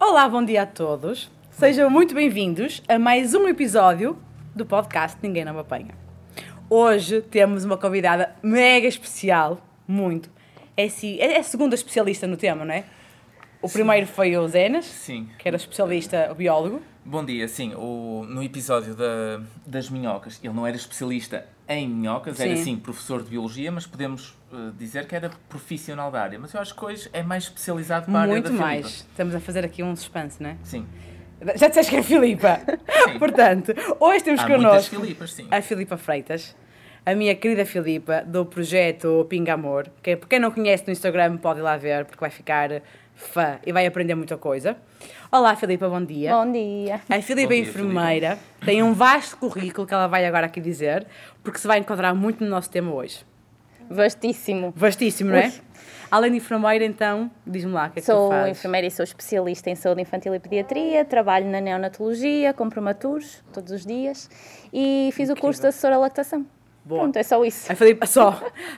Olá, bom dia a todos. Sejam muito bem-vindos a mais um episódio do podcast Ninguém Não Me Apanha. Hoje temos uma convidada mega especial, muito. É, assim, é a segunda especialista no tema, não é? O primeiro foi o Zenas, Sim. que era especialista biólogo. Bom dia, sim. O, no episódio da, das minhocas, ele não era especialista em minhocas, era Sim. sim professor de biologia, mas podemos eh, dizer que era profissional da área. Mas eu acho que hoje é mais especializado para a área da Muito mais. Filipa. Estamos a fazer aqui um suspense, não é? Sim. Já disseste que é a Filipa. Sim. Portanto, hoje temos Há muitas connosco Filipas, sim. a Filipa Freitas, a minha querida Filipa, do projeto Pinga Amor, que por quem não conhece no Instagram pode ir lá ver, porque vai ficar fã e vai aprender muita coisa. Olá, Filipa, bom dia. Bom dia. A Filipa Bom é dia, enfermeira, tem um vasto currículo que ela vai agora aqui dizer, porque se vai encontrar muito no nosso tema hoje. Vastíssimo. Vastíssimo, não é? Ui. Além de enfermeira, então, diz-me lá o que é que tu Sou fazes. enfermeira e sou especialista em saúde infantil e pediatria, trabalho na neonatologia, com prematuros, todos os dias, e fiz o curso de assessora à lactação. Boa. Pronto, é só isso. A Filipa, só,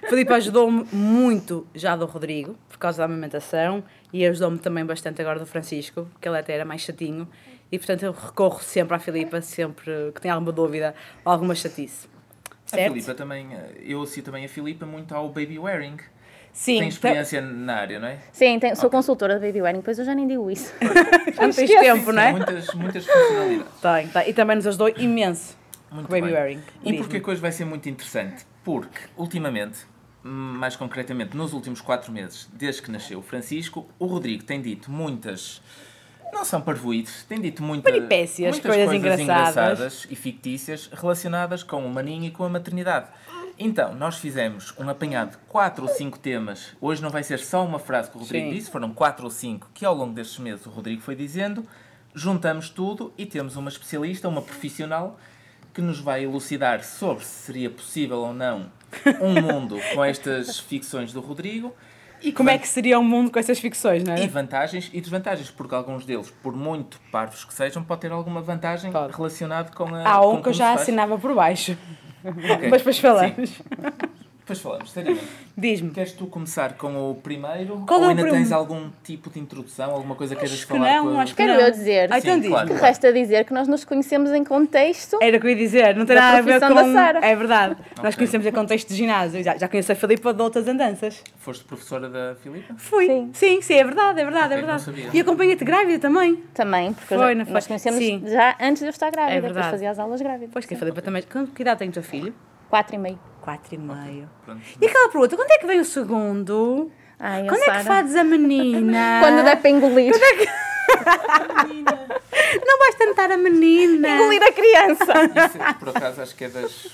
a Filipa ajudou-me muito já do Rodrigo, por causa da amamentação, e ajudou-me também bastante agora do Francisco, que ele até era mais chatinho, e portanto eu recorro sempre à Filipa, sempre que tenho alguma dúvida ou alguma chatice. A Certo? Filipa também, eh, eu associo também a Filipa muito ao baby wearing. Sim, Tem então- experiência na área, não é? Sim, tem- sou consultora de baby wearing, pois eu já nem digo isso. já não tens esquece. tempo, não Tem é? muitas, muitas funcionalidades. Tem, tem. E também nos ajudou imenso Muito com o Baby bem. Wearing. E Diz-me. porquê que hoje vai ser muito interessante? Porque, ultimamente, hum, mais concretamente, nos últimos quatro meses, desde que nasceu o Francisco, o Rodrigo tem dito muitas. Não são parvoídos, tem dito muita, Peripécias, muitas coisas coisas, engraçadas. engraçadas e fictícias relacionadas com o maninho e com a maternidade. Então, nós fizemos um apanhado de quatro ou cinco temas. Hoje não vai ser só uma frase que o Rodrigo Sim. disse, foram quatro ou cinco que ao longo destes meses o Rodrigo foi dizendo. Juntamos tudo e temos uma especialista, uma profissional, que nos vai elucidar sobre se seria possível ou não um mundo com estas ficções do Rodrigo. E como é que seria o mundo com essas ficções, não é? E vantagens e desvantagens, porque alguns deles, por muito parvos que sejam, pode ter alguma vantagem Pode. relacionada com a. Há com um que eu como já se faz. assinava por baixo, Ok, mas depois sim, falamos. depois falamos, seriamente. Diz-me. Queres tu começar com o primeiro? Qual é ou o ainda prim- tens algum tipo de introdução, alguma coisa que queiras Acho que falar? não, com a- acho que Quero não. eu dizer. Ah, então Sim, diz-me. claro. Que resta dizer que nós nos conhecemos em contexto. Era o que eu ia dizer, não tem Da nada a ver com. profissão da Sara. É verdade. Nós Ok. conhecemos em contexto de ginásio. Já, já conheci a Filipa de outras andanças. Foste professora da Filipa? Fui. Sim, Sim. sim, é verdade, é verdade, é Ok, não verdade. sabia. E acompanhei-te grávida também. Também, porque eu Foi, já, não foi? nós conhecemos Sim. já antes de eu estar É grávida, verdade. depois fazia as aulas grávidas. Pois que a Sim. Filipa também. Com que idade tem o teu filho? Quatro e meio. Quatro e meio. Pronto. E aquela pergunta, quando é que vem o segundo? Ai, eu, Quando é Sara. que fazes a é menina? Quando der para engolir. Não vais tentar a menina. Engolir a criança. Isso, por acaso, acho que é das,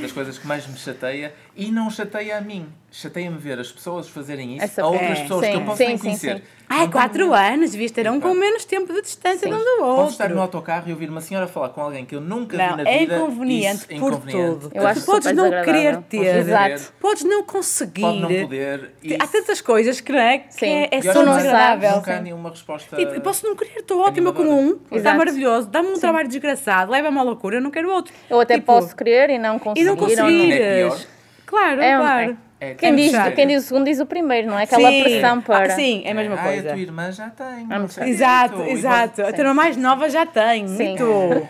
das coisas que mais me chateia. E não chateia a mim. Chateia-me ver as pessoas fazerem isso Essa- a outras é, pessoas que eu sim, posso sim, nem sim, conhecer. sim. Ai, Não quatro anos, devias ter um com Epá. menos tempo de distância de um do Posso estar no outro. autocarro e ouvir uma senhora falar com alguém que eu nunca Não, vi na é vida. inconveniente isso é por inconveniente. tudo. Eu acho Tu podes super não querer desagradável. ter, Exato. podes não conseguir. Pode não poder. e Há tantas coisas que não é, que Sim. é, é E eu só acho que desagradável, Nunca há sim. nenhuma resposta. Tipo, eu posso não querer, é estou ótima com um, Animadora. está Exato. maravilhoso, dá-me um trabalho desgraçado, leva-me à loucura, eu não quero outro. Eu até Tipo, posso querer e não conseguir. E não ou não. conseguir. conseguires. É pior. Claro, É, claro. É, Quem é diz, sério. quem diz o segundo diz o primeiro, não é aquela Sim. pressão para. Ah, sim, é a mesma Ah, coisa. a tua irmã já tem. Ah, não muito sei. Então, Exato, E exato. A sim. tua irmã mais nova já tem, Sim. e tu? você-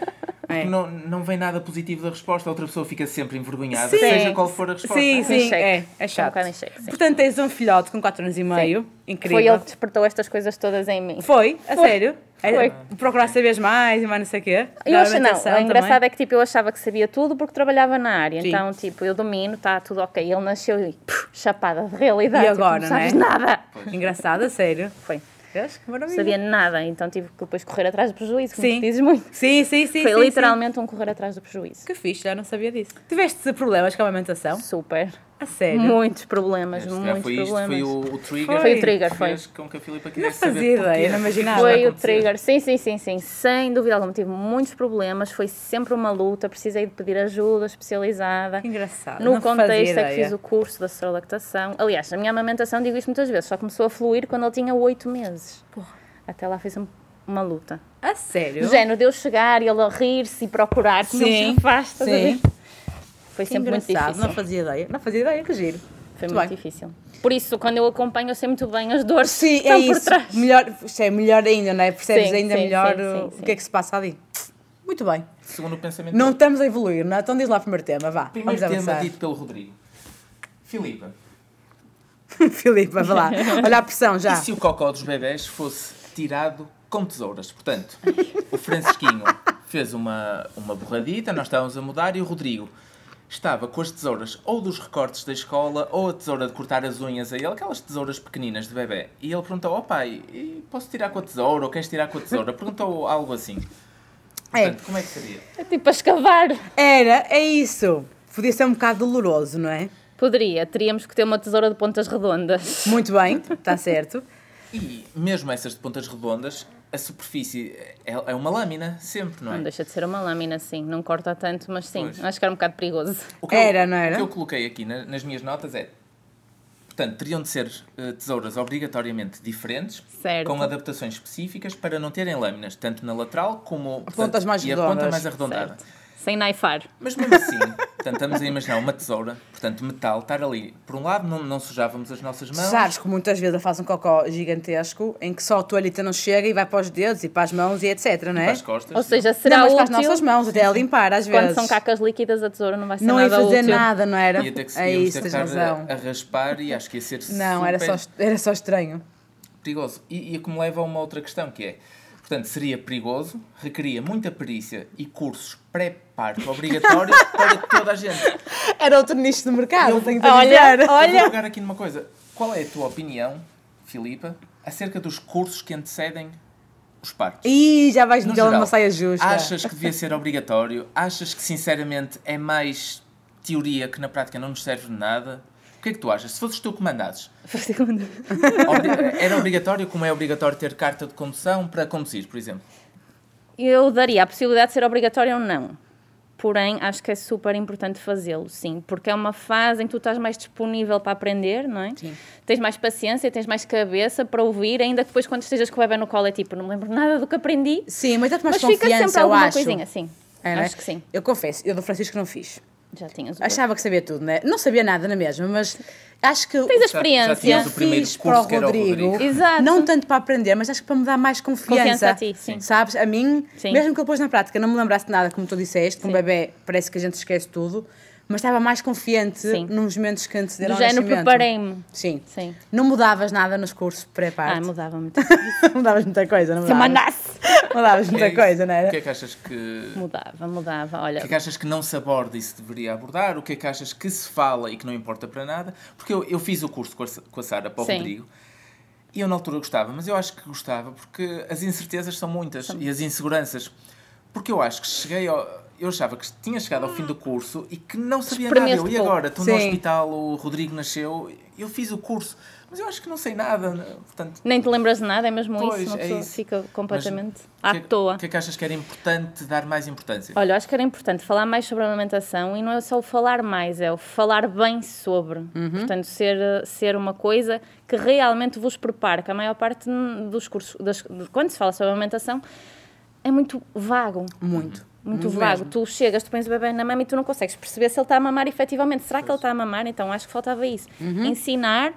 É. Não, não vem nada positivo da resposta, a outra pessoa fica sempre envergonhada, Sim. seja qual for a resposta. Sim, Um sim, cheque. é, é Um chato. bocado em cheque, sim. Portanto, tens um filhote com 4 anos e meio, incrível. Foi ele que despertou estas coisas todas em mim. Foi? A sério? Foi. É, procurar saber mais e mais não sei o quê. Eu Da acho, não, alimentação o engraçado também. é que tipo, eu achava que sabia tudo porque trabalhava na área. Sim. Então, tipo, eu domino, está tudo ok. Ele nasceu e puf, chapada de realidade. E tipo, agora, não não é? sabes nada. Engraçado, a sério. Foi. Vês? Que Não maravilha. sabia nada, então tive que depois correr atrás do prejuízo, como Sim. tu dizes muito. Sim, sim, sim. Foi sim, literalmente um correr atrás do prejuízo. Sim. Que fixe, já não sabia disso. Tiveste problemas com a amamentação? Super. A sério? Muitos problemas, Este já muitos foi isto, problemas. foi o, o trigger. Foi o trigger, que foi. fez Com que a Filipa quisesse fazia saber porquê. ideia, não imaginava. Isto vai Foi o acontecer. trigger, sim, sim, sim, sim, sem dúvida alguma. Tive muitos problemas, foi sempre uma luta, precisei de pedir ajuda especializada. Que engraçado. No não fazia contexto é que ideia. fiz o curso da sorolactação. Aliás, a minha amamentação, digo isto muitas vezes, só começou a fluir quando ele tinha oito meses. Até lá fez um- uma luta. A sério? Do género de eu chegar e ele a rir-se e procurar, como Sim, ele já faz, estás a sim. ver? Foi Que é sempre muito engraçado, difícil. não fazia ideia. Não fazia ideia, que giro. Foi Muito muito bem. difícil. Por isso, quando eu acompanho, eu sei muito bem as dores Sim, que é estão por isso. trás. Melhor, isto é melhor ainda, não é? Percebes Sim, ainda sim, melhor sim, o- sim, o que é que se passa ali. Muito bem. Segundo o pensamento. Não dele. estamos a evoluir, não é? Então diz lá o primeiro tema, vá. Primeiro vamos tema avançar. dito pelo Rodrigo. Filipa, Filipe, vai lá. Olha a pressão já. e se o cocó dos bebés fosse tirado com tesouras? Portanto, o Francisquinho fez uma, uma borradita, nós estávamos a mudar e o Rodrigo estava com as tesouras ou dos recortes da escola ou a tesoura de cortar as unhas a ele, aquelas tesouras pequeninas de bebê. E ele perguntou ao pai, "E posso tirar com a tesoura ou queres tirar com a tesoura? Perguntou algo assim. É, Portanto, como é que seria? É tipo a escavar. era, é isso. Podia ser um bocado doloroso, não é? Poderia, teríamos que ter uma tesoura de pontas redondas. Muito bem, está certo. E mesmo essas de pontas redondas, a superfície é, é uma lâmina, sempre, não é? Não deixa de ser uma lâmina, sim. Não corta tanto, mas sim. Pois. Acho que era um bocado perigoso. O que Era, eu, não o era? que eu coloquei aqui na- nas minhas notas é. Portanto, teriam de ser eh, tesouras obrigatoriamente diferentes, Certo. com adaptações específicas para não terem lâminas, tanto na lateral como portanto, pontas mais e a ponta redondas. mais arredondada. Certo. Sem naifar. Mas mesmo assim, portanto, estamos a imaginar uma tesoura, portanto, metal, estar ali. Por um lado, não, não sujávamos as nossas mãos. Sabes que muitas vezes eu faço um cocó gigantesco em que só a toalhita não chega e vai para os dedos e para as mãos e etc, não Para é? as costas. Ou seja, Não, será mas útil para as nossas mãos, até a limpar às quando vezes. são cacas líquidas, a tesoura não vai ser não ia nada fazer útil. nada, não era? ia ter que, é íamos isso, ter que tens estar razão. a, a raspar e acho que ia ser Não, era só, super era só estranho. perigoso. E, e que me leva a uma outra questão, que é, portanto, seria perigoso, requeria muita perícia e cursos pré-parto obrigatórios para toda a gente. Era outro nicho de mercado, Ah, tenho que Olha, dizer. Eu Vou olha. jogar aqui numa coisa. Qual é a tua opinião, Filipa, acerca dos cursos que antecedem os partos? Ih, já vais No metê-la geral, numa saia justa. Achas que devia ser obrigatório? Achas que, sinceramente, é mais teoria que na prática não nos serve de nada? O que é que tu achas? Se fosses tu que mandasses, Obri- Era obrigatório, como é obrigatório ter carta de condução para conduzir, por exemplo. Eu daria a possibilidade de ser obrigatório ou não. Porém, acho que é super importante fazê-lo, sim, porque é uma fase em que tu estás mais disponível para aprender, não é? Sim. Tens mais paciência, tens mais cabeça para ouvir, ainda que depois quando estejas com o bebê no colo é tipo, não me lembro nada do que aprendi, Sim, mas dá-te mais mas confiança, fica sempre eu alguma acho. coisinha, sim. É, não é? acho que sim, Eu confesso, eu do Francisco não fiz. já tinhas o outro. Achava que sabia tudo, né? Não sabia nada na mesma, mas acho que. Tens a Já- já experiência. tínhamos o primeiro Fiz para o curso que era o Rodrigo. Rodrigo. Exato. Não tanto para aprender, mas acho que para me dar mais confiança. Confiança a ti, sim. Sabes? A mim, Sim. mesmo que depois na prática não me lembrasse de nada, como tu disseste, com um bebê parece que a gente esquece tudo, mas estava mais confiante Sim. nos momentos que antecederam Do ao género, nascimento. preparei-me. Sim. Sim. Não mudavas nada nos cursos de Ah, pré-parto. mudava muito. mudavas muita coisa, não Se mudavas? mandasse. Mudavas muita É isso. coisa, não O que era? é que achas que. Mudava, mudava. Olha, O que é que achas que não se aborda e se deveria abordar? O que é que achas que se fala e que não importa para nada? Porque eu, eu fiz o curso com a, Sa- com a Sara para o Sim. Rodrigo e eu na altura gostava, mas eu acho que gostava porque as incertezas são muitas e as inseguranças. Porque eu acho que cheguei ao. Eu achava que tinha chegado ao fim Hum. do curso e que não sabia nada. Espremeste Eu, e pouco. agora? Estou no Sim. hospital, o Rodrigo nasceu, eu fiz o curso, mas eu acho que não sei nada. né? Portanto, nem te lembras de nada, é mesmo Pois, isso. Uma é pessoa isso. fica completamente O à que é- toa. O que é que achas que era importante dar mais importância? Olha, eu acho que era importante falar mais sobre a amamentação e não é só o falar mais, é o falar bem sobre. Uhum. Portanto, ser, ser uma coisa que realmente vos prepare, que a maior parte hum, dos cursos, das- de- quando se fala sobre a amamentação, é muito vago. Muito. Muito vago. Tu chegas, tu pões o bebê na mama e tu não consegues perceber se ele está a mamar efetivamente. Será que ele está a mamar? Então acho que faltava isso. Uhum. Ensinar,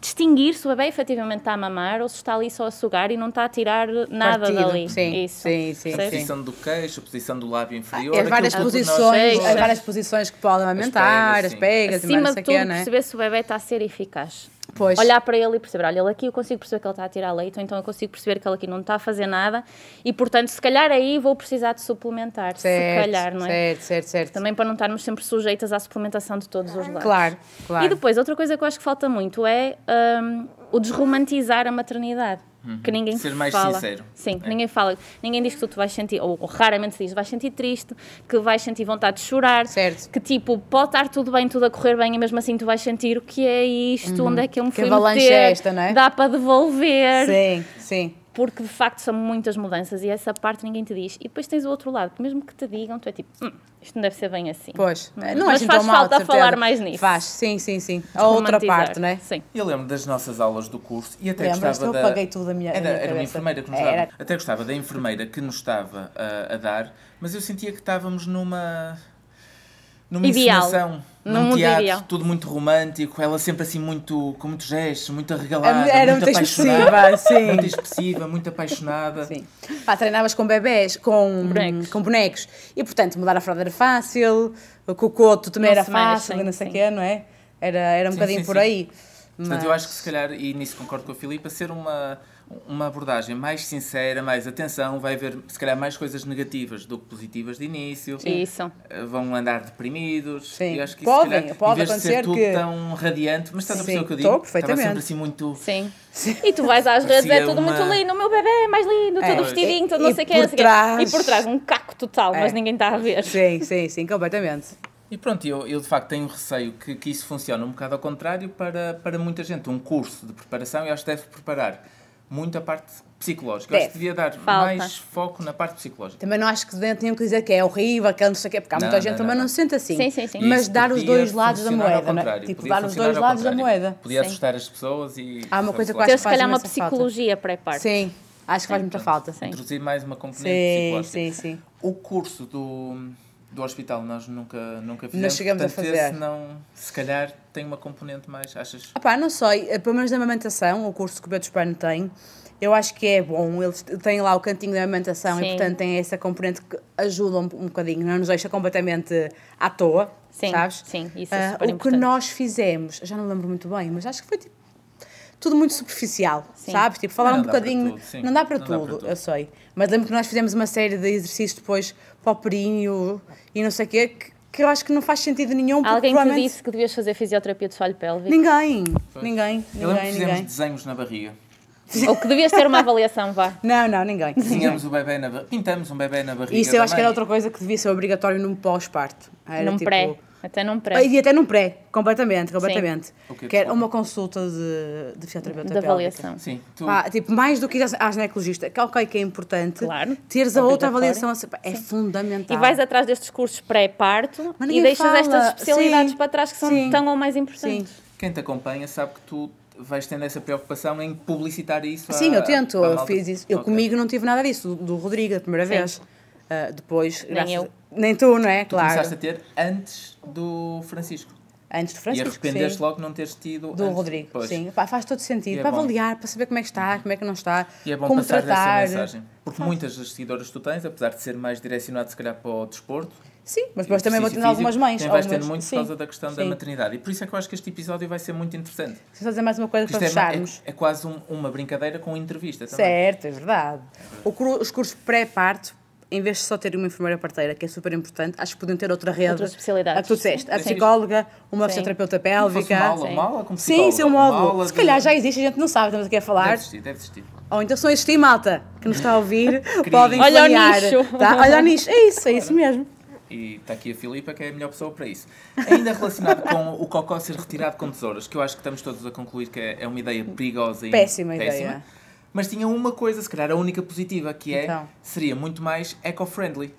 distinguir se o bebê efetivamente está a mamar ou se está ali só a sugar e não está a tirar nada Partido. dali. Sim, isso. sim, sim, A Percebes? posição do queixo, a posição do lábio inferior. É várias aquilo que nós- posições, nós- há várias posições que podem aumentar, pegas, as sim. pegas, e mais acima não de sei tudo, quê, não é? perceber se o bebê está a ser eficaz. Pois. Olhar para ele e perceber, olha, ele aqui eu consigo perceber que ele está a tirar leite, ou então eu consigo perceber que ele aqui não está a fazer nada, e portanto, se calhar aí vou precisar de suplementar, se calhar, não é? Certo, certo, certo. Também para não estarmos sempre sujeitas à suplementação de todos os lados. Claro, claro. E depois, outra coisa que eu acho que falta muito é hum, o desromantizar a maternidade. Que ninguém Uhum. Ser mais fala. sincero. Sim, que É. ninguém fala. Ninguém diz que tu, te vais sentir, ou, ou raramente se diz, vais sentir triste, que vais sentir vontade de chorar. Certo. Que tipo, pode estar tudo bem, tudo a correr bem e mesmo assim tu vais sentir o que é isto, onde é que eu me Uhum. Que fui avalanche meter, é esta, não é? Dá para devolver. Sim, sim. Porque de facto são muitas mudanças e essa parte ninguém te diz. E depois tens o outro lado, que mesmo que te digam, tu é tipo, "Hum, isto não deve ser bem assim. Pois. Não Mas é assim faz tão mal, de falta certeza. falar mais nisso. Faz, sim, sim, sim. A outra Romantizar. parte, não é? Sim. Eu lembro das nossas aulas do curso e até Lembras-te? gostava Eu da... apaguei tudo da minha- da Era, minha era uma cabeça. É, enfermeira que nos Era. dava. Até gostava da enfermeira que nos estava a, a dar, mas eu sentia que estávamos numa... numa Ideal. encenação, Num num mundo teatro, ideal. tudo muito romântico, ela sempre assim muito, com muito gesto, muito arregalada, Ah, Era muito, muito apaixonada, expressiva, sim. muito expressiva, muito apaixonada. Sim. Pá, treinavas com bebés, com Bonecos. com bonecos. E portanto, mudar a fralda era fácil, o cocoto também Não era se mexem, fácil, e não sei o sim. quê, não é? Era, era um Sim, bocadinho sim, por sim. aí. Portanto, Mas- eu acho que se calhar, e nisso concordo com a Filipa, ser uma, uma abordagem mais sincera, mais atenção, vai haver se calhar mais coisas negativas do que positivas de início. Isso. Eh, Vão andar deprimidos. Sim. E acho que Podem, isso, se calhar, pode em vez de acontecer ser tudo que- tão radiante, mas estás a Sim, perceber o que eu estou digo? Estava sempre perfeitamente. assim muito... Sim. E tu vais às redes, é Parecia tudo muito uma- lindo, o meu bebê é mais lindo, É. todo vestidinho, todo E- não e sei o que. por não sei o quê. trás- E por trás um caco total, É. mas ninguém está a ver. Sim, sim, sim, completamente. E pronto, eu, eu de facto tenho um receio que, que isso funcione um bocado ao contrário para, para muita gente. Um curso de preparação, eu acho que deve preparar muito a parte psicológica. Eu acho que Deve. devia dar Falta. mais foco na parte psicológica. Também não acho que tenham que dizer que é horrível, que é não sei o quê, porque há Não, muita não, gente não, também não não. se sente assim. Sim, sim, sim. Mas Isso dar os podia dois lados da funcionar ao moeda, não é? contrário, Tipo, podia dar os funcionar dois ao lados da contrário. moeda. Podia Sim. assustar as pessoas e. Há uma coisa que eu acho sei lá, Ter Então, se calhar faz uma imensa falta. psicologia pré-parto. Sim, acho que faz muita falta. Sim. Introduzir mais uma Sim, componente sim, psicológica. sim. O curso do, do hospital nós nunca, nunca fizemos. chegamos a portanto, fazer. Esse não, se calhar tem uma componente mais, achas? Ah pá, não sei, eh, pelo menos na amamentação, o curso que o Pedro Espano tem, eu acho que é bom, eles t- têm lá o cantinho da amamentação e Sim. portanto têm essa componente que ajuda um, um bocadinho, não nos deixa completamente à toa, Sim, sabes? sim, isso é Ah, super O que importante. nós fizemos, já não lembro muito bem, mas acho que foi tipo, tudo muito superficial, Sim. sabes? Tipo, falar Não um dá para bocadinho, tudo, sim. não dá para Não dá para tudo, tudo. eu sei, mas lembro que nós fizemos uma série de exercícios depois, poperinho e não sei o quê, que, que eu acho que não faz sentido nenhum, porque Alguém te provavelmente... disse que devias fazer fisioterapia de solho pélvico? Ninguém, ninguém, Eu lembro que ninguém, fizemos ninguém. desenhos na barriga. Ou que devias ter uma avaliação, vá. Não, não, ninguém. Desenhamos o bebê na barriga. Pintamos um bebê na barriga. Isso eu acho que era também. outra coisa que devia ser obrigatório num pós-parto. Era Num tipo- pré. Até num pré. E até num pré, completamente, completamente. O é quê? Que era Desculpa. uma consulta de, de fisioterapeuta De pélvica. avaliação. Sim, tu. Pá, tipo, mais do que ir à- à ginecologista, que é ok que é importante, Claro. É teres a outra Obrigatório. avaliação a ser- pá, é fundamental. E vais atrás destes cursos pré-parto Mas e ninguém deixas fala. estas especialidades Sim. para trás que são Sim. tão ou mais Sim. importantes. Quem te acompanha sabe que tu vais tendo essa preocupação em publicitar isso. à- Sim, eu tento, à eu malta. fiz isso. Eu Ok. comigo não tive nada disso, do, do Rodrigo, a primeira vez. Ah, depois, Nem graças eu. a- Nem tu, não é? Tu claro. começaste a ter antes do Francisco. Antes do e Francisco. arrependeste sim. logo de não teres tido. Do antes- Rodrigo, Pois. sim. Pá, faz todo sentido. E é para bom. avaliar, para saber como é que está, como é que não está. E é bom como passar tratar. essa mensagem. Porque muitas das seguidoras que tu tens, apesar de ser mais direcionado se calhar para o desporto, Sim, mas depois e também vou exercício tendo algumas físico, mães. também vais algumas- tendo muito sim, por causa da questão da sim. maternidade. E por isso é que eu acho que este episódio vai ser muito interessante. Deixa eu só dizer mais uma coisa Isto para é, ma- é, fecharmos. é quase um- uma brincadeira com entrevista também. Certo, é verdade. O cur- os cursos pré-parto, em vez de só ter uma enfermeira parteira, que é super importante, acho que podiam ter outra rede. Outras especialidades. A que tu disseste, a Sim. psicóloga, uma Sim. fisioterapeuta Como se fosse pélvica. uma aula, Sim. uma aula como Sim, psicóloga, seu uma aula módulo. Se de- calhar já é existe, a gente não sabe, estamos aqui a Deve falar. existir, deve existir. Ou então só existir malta que nos está a ouvir, podem Olha o planear. nicho. Tá? Olha o nicho, é isso, é isso mesmo. E está aqui a Filipa, que é a melhor pessoa para isso. Ainda relacionado com o cocó ser retirado com tesouras, que eu acho que estamos todos a concluir que é é uma ideia perigosa e Péssima ideia. Mas tinha uma coisa, se calhar a única positiva, que é, Então. Ah. seria muito mais eco-friendly.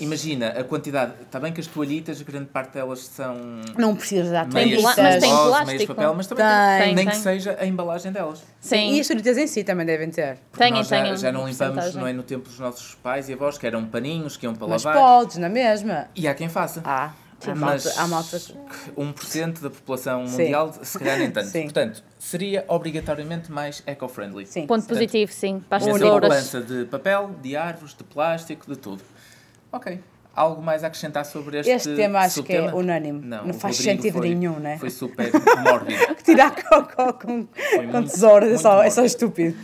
Imagina a quantidade, está bem que as toalhitas, grande parte delas são Não precisas dar Tem meias toalhitas. bola- mas tem celulose, meias de plástico. papel, mas também Tem, tem, nem tem. que seja a embalagem delas. E as toalhitas em si também devem ter. Porque Tenho, nós já, tenho já não uma limpamos, porcentagem. não é no tempo dos nossos pais e avós, que eram paninhos, que iam para Mas lavar. podes, na mesma. E há quem faça. Ah, há Mas malta. Há malta. 1% da população Sim. mundial, se calhar nem tanto. Sim. Portanto, seria obrigatoriamente mais eco-friendly. Sim. Ponto positivo, sim. Para as Essa é tesouras. poupança de papel, de árvores, de plástico, de tudo. Ok. Algo mais a acrescentar sobre este Este tema acho subtema? que é unânime. Não o faz Rodrigo sentido foi- nenhum, né? Foi super mórbido. Tirar cocó com, com muito- tesouras é muito só, é bom. só estúpido.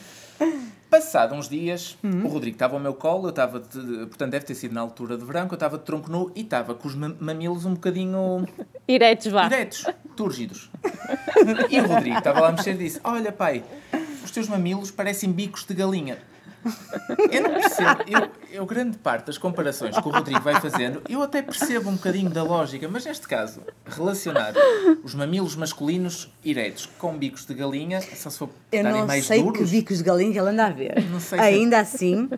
Passado uns dias, Uhum. o Rodrigo estava ao meu colo, eu estava, de- portanto, deve ter sido na altura de verão, que eu estava de tronco nu e estava com os ma- mamilos um bocadinho Diretos, vá. diretos, túrgidos. E o Rodrigo estava lá a mexer e disse: Olha, pai, os teus mamilos parecem bicos de galinha. Eu não percebo. Eu, eu, grande parte das comparações que o Rodrigo vai fazendo, eu até percebo um bocadinho da lógica, mas neste caso, relacionar os mamilos masculinos eretos com bicos de galinha, só se for Eu darem não mais sei que duros. bicos de galinha que ela anda a ver. Não sei se- é Ainda assim,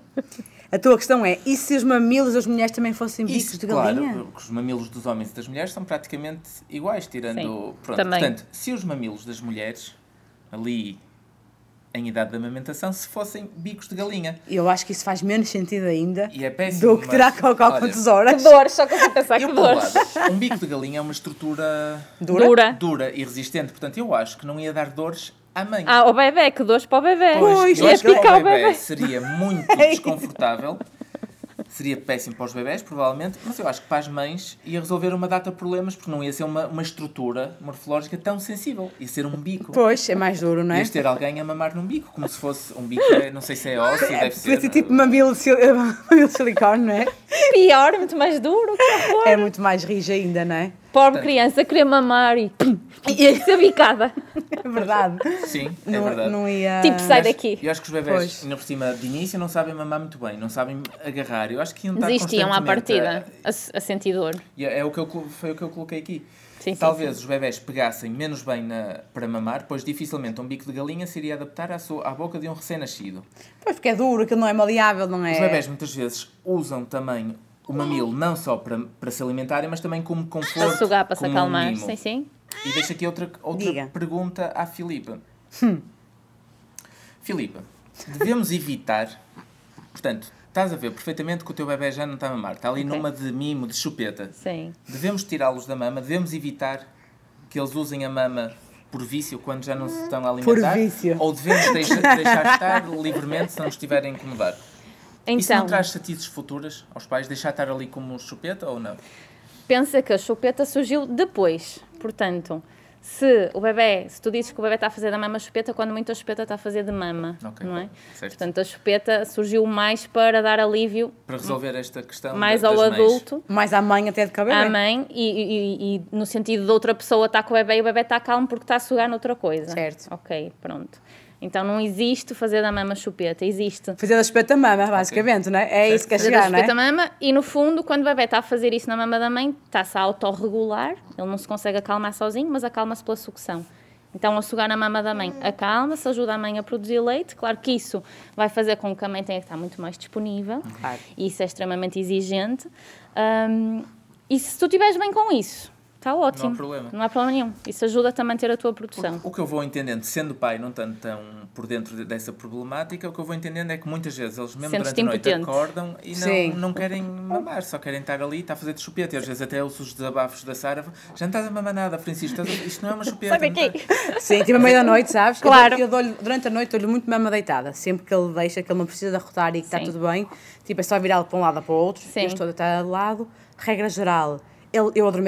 a tua questão é: e se os mamilos das mulheres também fossem bicos Isso, Um de claro, galinha? porque os mamilos dos homens e das mulheres são praticamente iguais, tirando. Sim, pronto, também. portanto, se os mamilos das mulheres, ali em idade de amamentação se fossem bicos de galinha. Eu acho que isso faz menos sentido ainda E é péssimo. do que tirar mas, cocó olha, com tesouras. Que dores, só consigo pensar eu, que por um dores. lado, um bico de galinha é uma estrutura Dura? Dura. dura e resistente, portanto eu acho que não ia dar dores à mãe. Ah, o bebê, que dores para o bebê. Pois, é eu ia acho que é picar para o bebê. seria muito desconfortável. Seria péssimo para os bebés, provavelmente, mas eu acho que para as mães ia resolver uma data de problemas, porque não ia ser uma, uma estrutura morfológica tão sensível. Ia ser um bico. Pois, é mais duro, não é? Ias ter alguém a mamar num bico, como se fosse um bico, é, não sei se é ósseo, deve Podia ser. ser tipo mamilo de sil- mamilo de silicone, não é? Pior, muito mais duro, que horror. É muito mais rijo ainda, não é? Pobre criança, queria mamar e... e ser bicada. É verdade. Sim, é não, verdade. não ia. Tipo, sai daqui. Eu acho que os bebés, Pois. ainda por cima, de início, não sabem mamar muito bem, não sabem agarrar. Eu acho que iam estar Desistiam à tá constantemente a- é partida, a, a sentir dor. E É é o que eu, colo- foi o que eu coloquei aqui. Sim, sim, Talvez os bebés pegassem menos bem na- para mamar, pois dificilmente um bico de galinha se iria adaptar à, sua- à boca de um recém-nascido. Pois, porque é duro, aquilo não é maleável, não é? Os bebés muitas vezes usam também o mamilo não só para, para se alimentarem, mas também como conforto. A sugar para se como um acalmar, mimo. sim, sim. E deixo aqui outra, outra Diga. pergunta à Filipa. Hum. Filipa, devemos evitar. Portanto, estás a ver perfeitamente que o teu bebé já não está a mamar, está ali Ok. numa de mimo, de chupeta. Sim. Devemos tirá-los da mama, devemos evitar que eles usem a mama por vício quando já não se estão a alimentar. vício. Ou devemos deixar, deixar estar livremente se não estiverem a incomodar. Isso não Então, traz chatices futuras aos pais? Deixar estar ali como chupeta ou não? pensa que a chupeta surgiu depois. Portanto, se o bebê, se tu dizes que o bebê está a fazer da mama chupeta, quando muito a chupeta está a fazer de mama, Ok, não é? certo. Portanto, a chupeta surgiu mais para dar alívio Para resolver esta questão mais da- ao das mães. adulto, é? Mais à mãe até de cabelo. à mãe, e, e- e- e no sentido de outra pessoa está com o bebê e o bebê está calmo porque está a sugar noutra coisa. Certo. Ok, pronto. Então não existe fazer da mama chupeta, existe. Fazer da chupeta mama, basicamente, não é? É Certo. isso que é Fazer da chegar, não é? chupeta mama e no fundo, quando o bebê está a fazer isso na mama da mãe, está-se a autorregular, ele não se consegue acalmar sozinho, mas acalma-se pela sucção. Então, a sugar na mama da Hum. mãe acalma-se, ajuda a mãe a produzir leite. Claro que isso vai fazer com que a mãe tenha que estar muito mais disponível. Hum. Claro. E isso é extremamente exigente. Ahm, e se tu estiveres bem com isso, está ótimo. problema. Não há problema nenhum. Isso ajuda-te a manter a tua produção. O que eu vou entendendo, sendo pai, não tanto tão por dentro de- dessa problemática, o que eu vou entendendo é que muitas vezes eles mesmo Sentes-te durante a noite impotente. acordam e Sim. não, não querem mamar, só querem estar ali, está a fazer de chupeta. E às vezes até ouço os desabafos da Sara, já não estás a mamar nada, Francisco, estás a- isto não é uma chupeta. Sabe não aqui? está- Sim, tipo à meia da noite, sabes? Claro. Eu dou-lhe, durante a noite, dou-lhe muito mama deitada. Sempre que ele deixa, que ele não precisa de arrotar e que está Sim. tudo bem, tipo, é só virá-lo para um lado ou para o outro. Sim. Eu estou deitada de lado. Regra geral, ele, eu adormeço,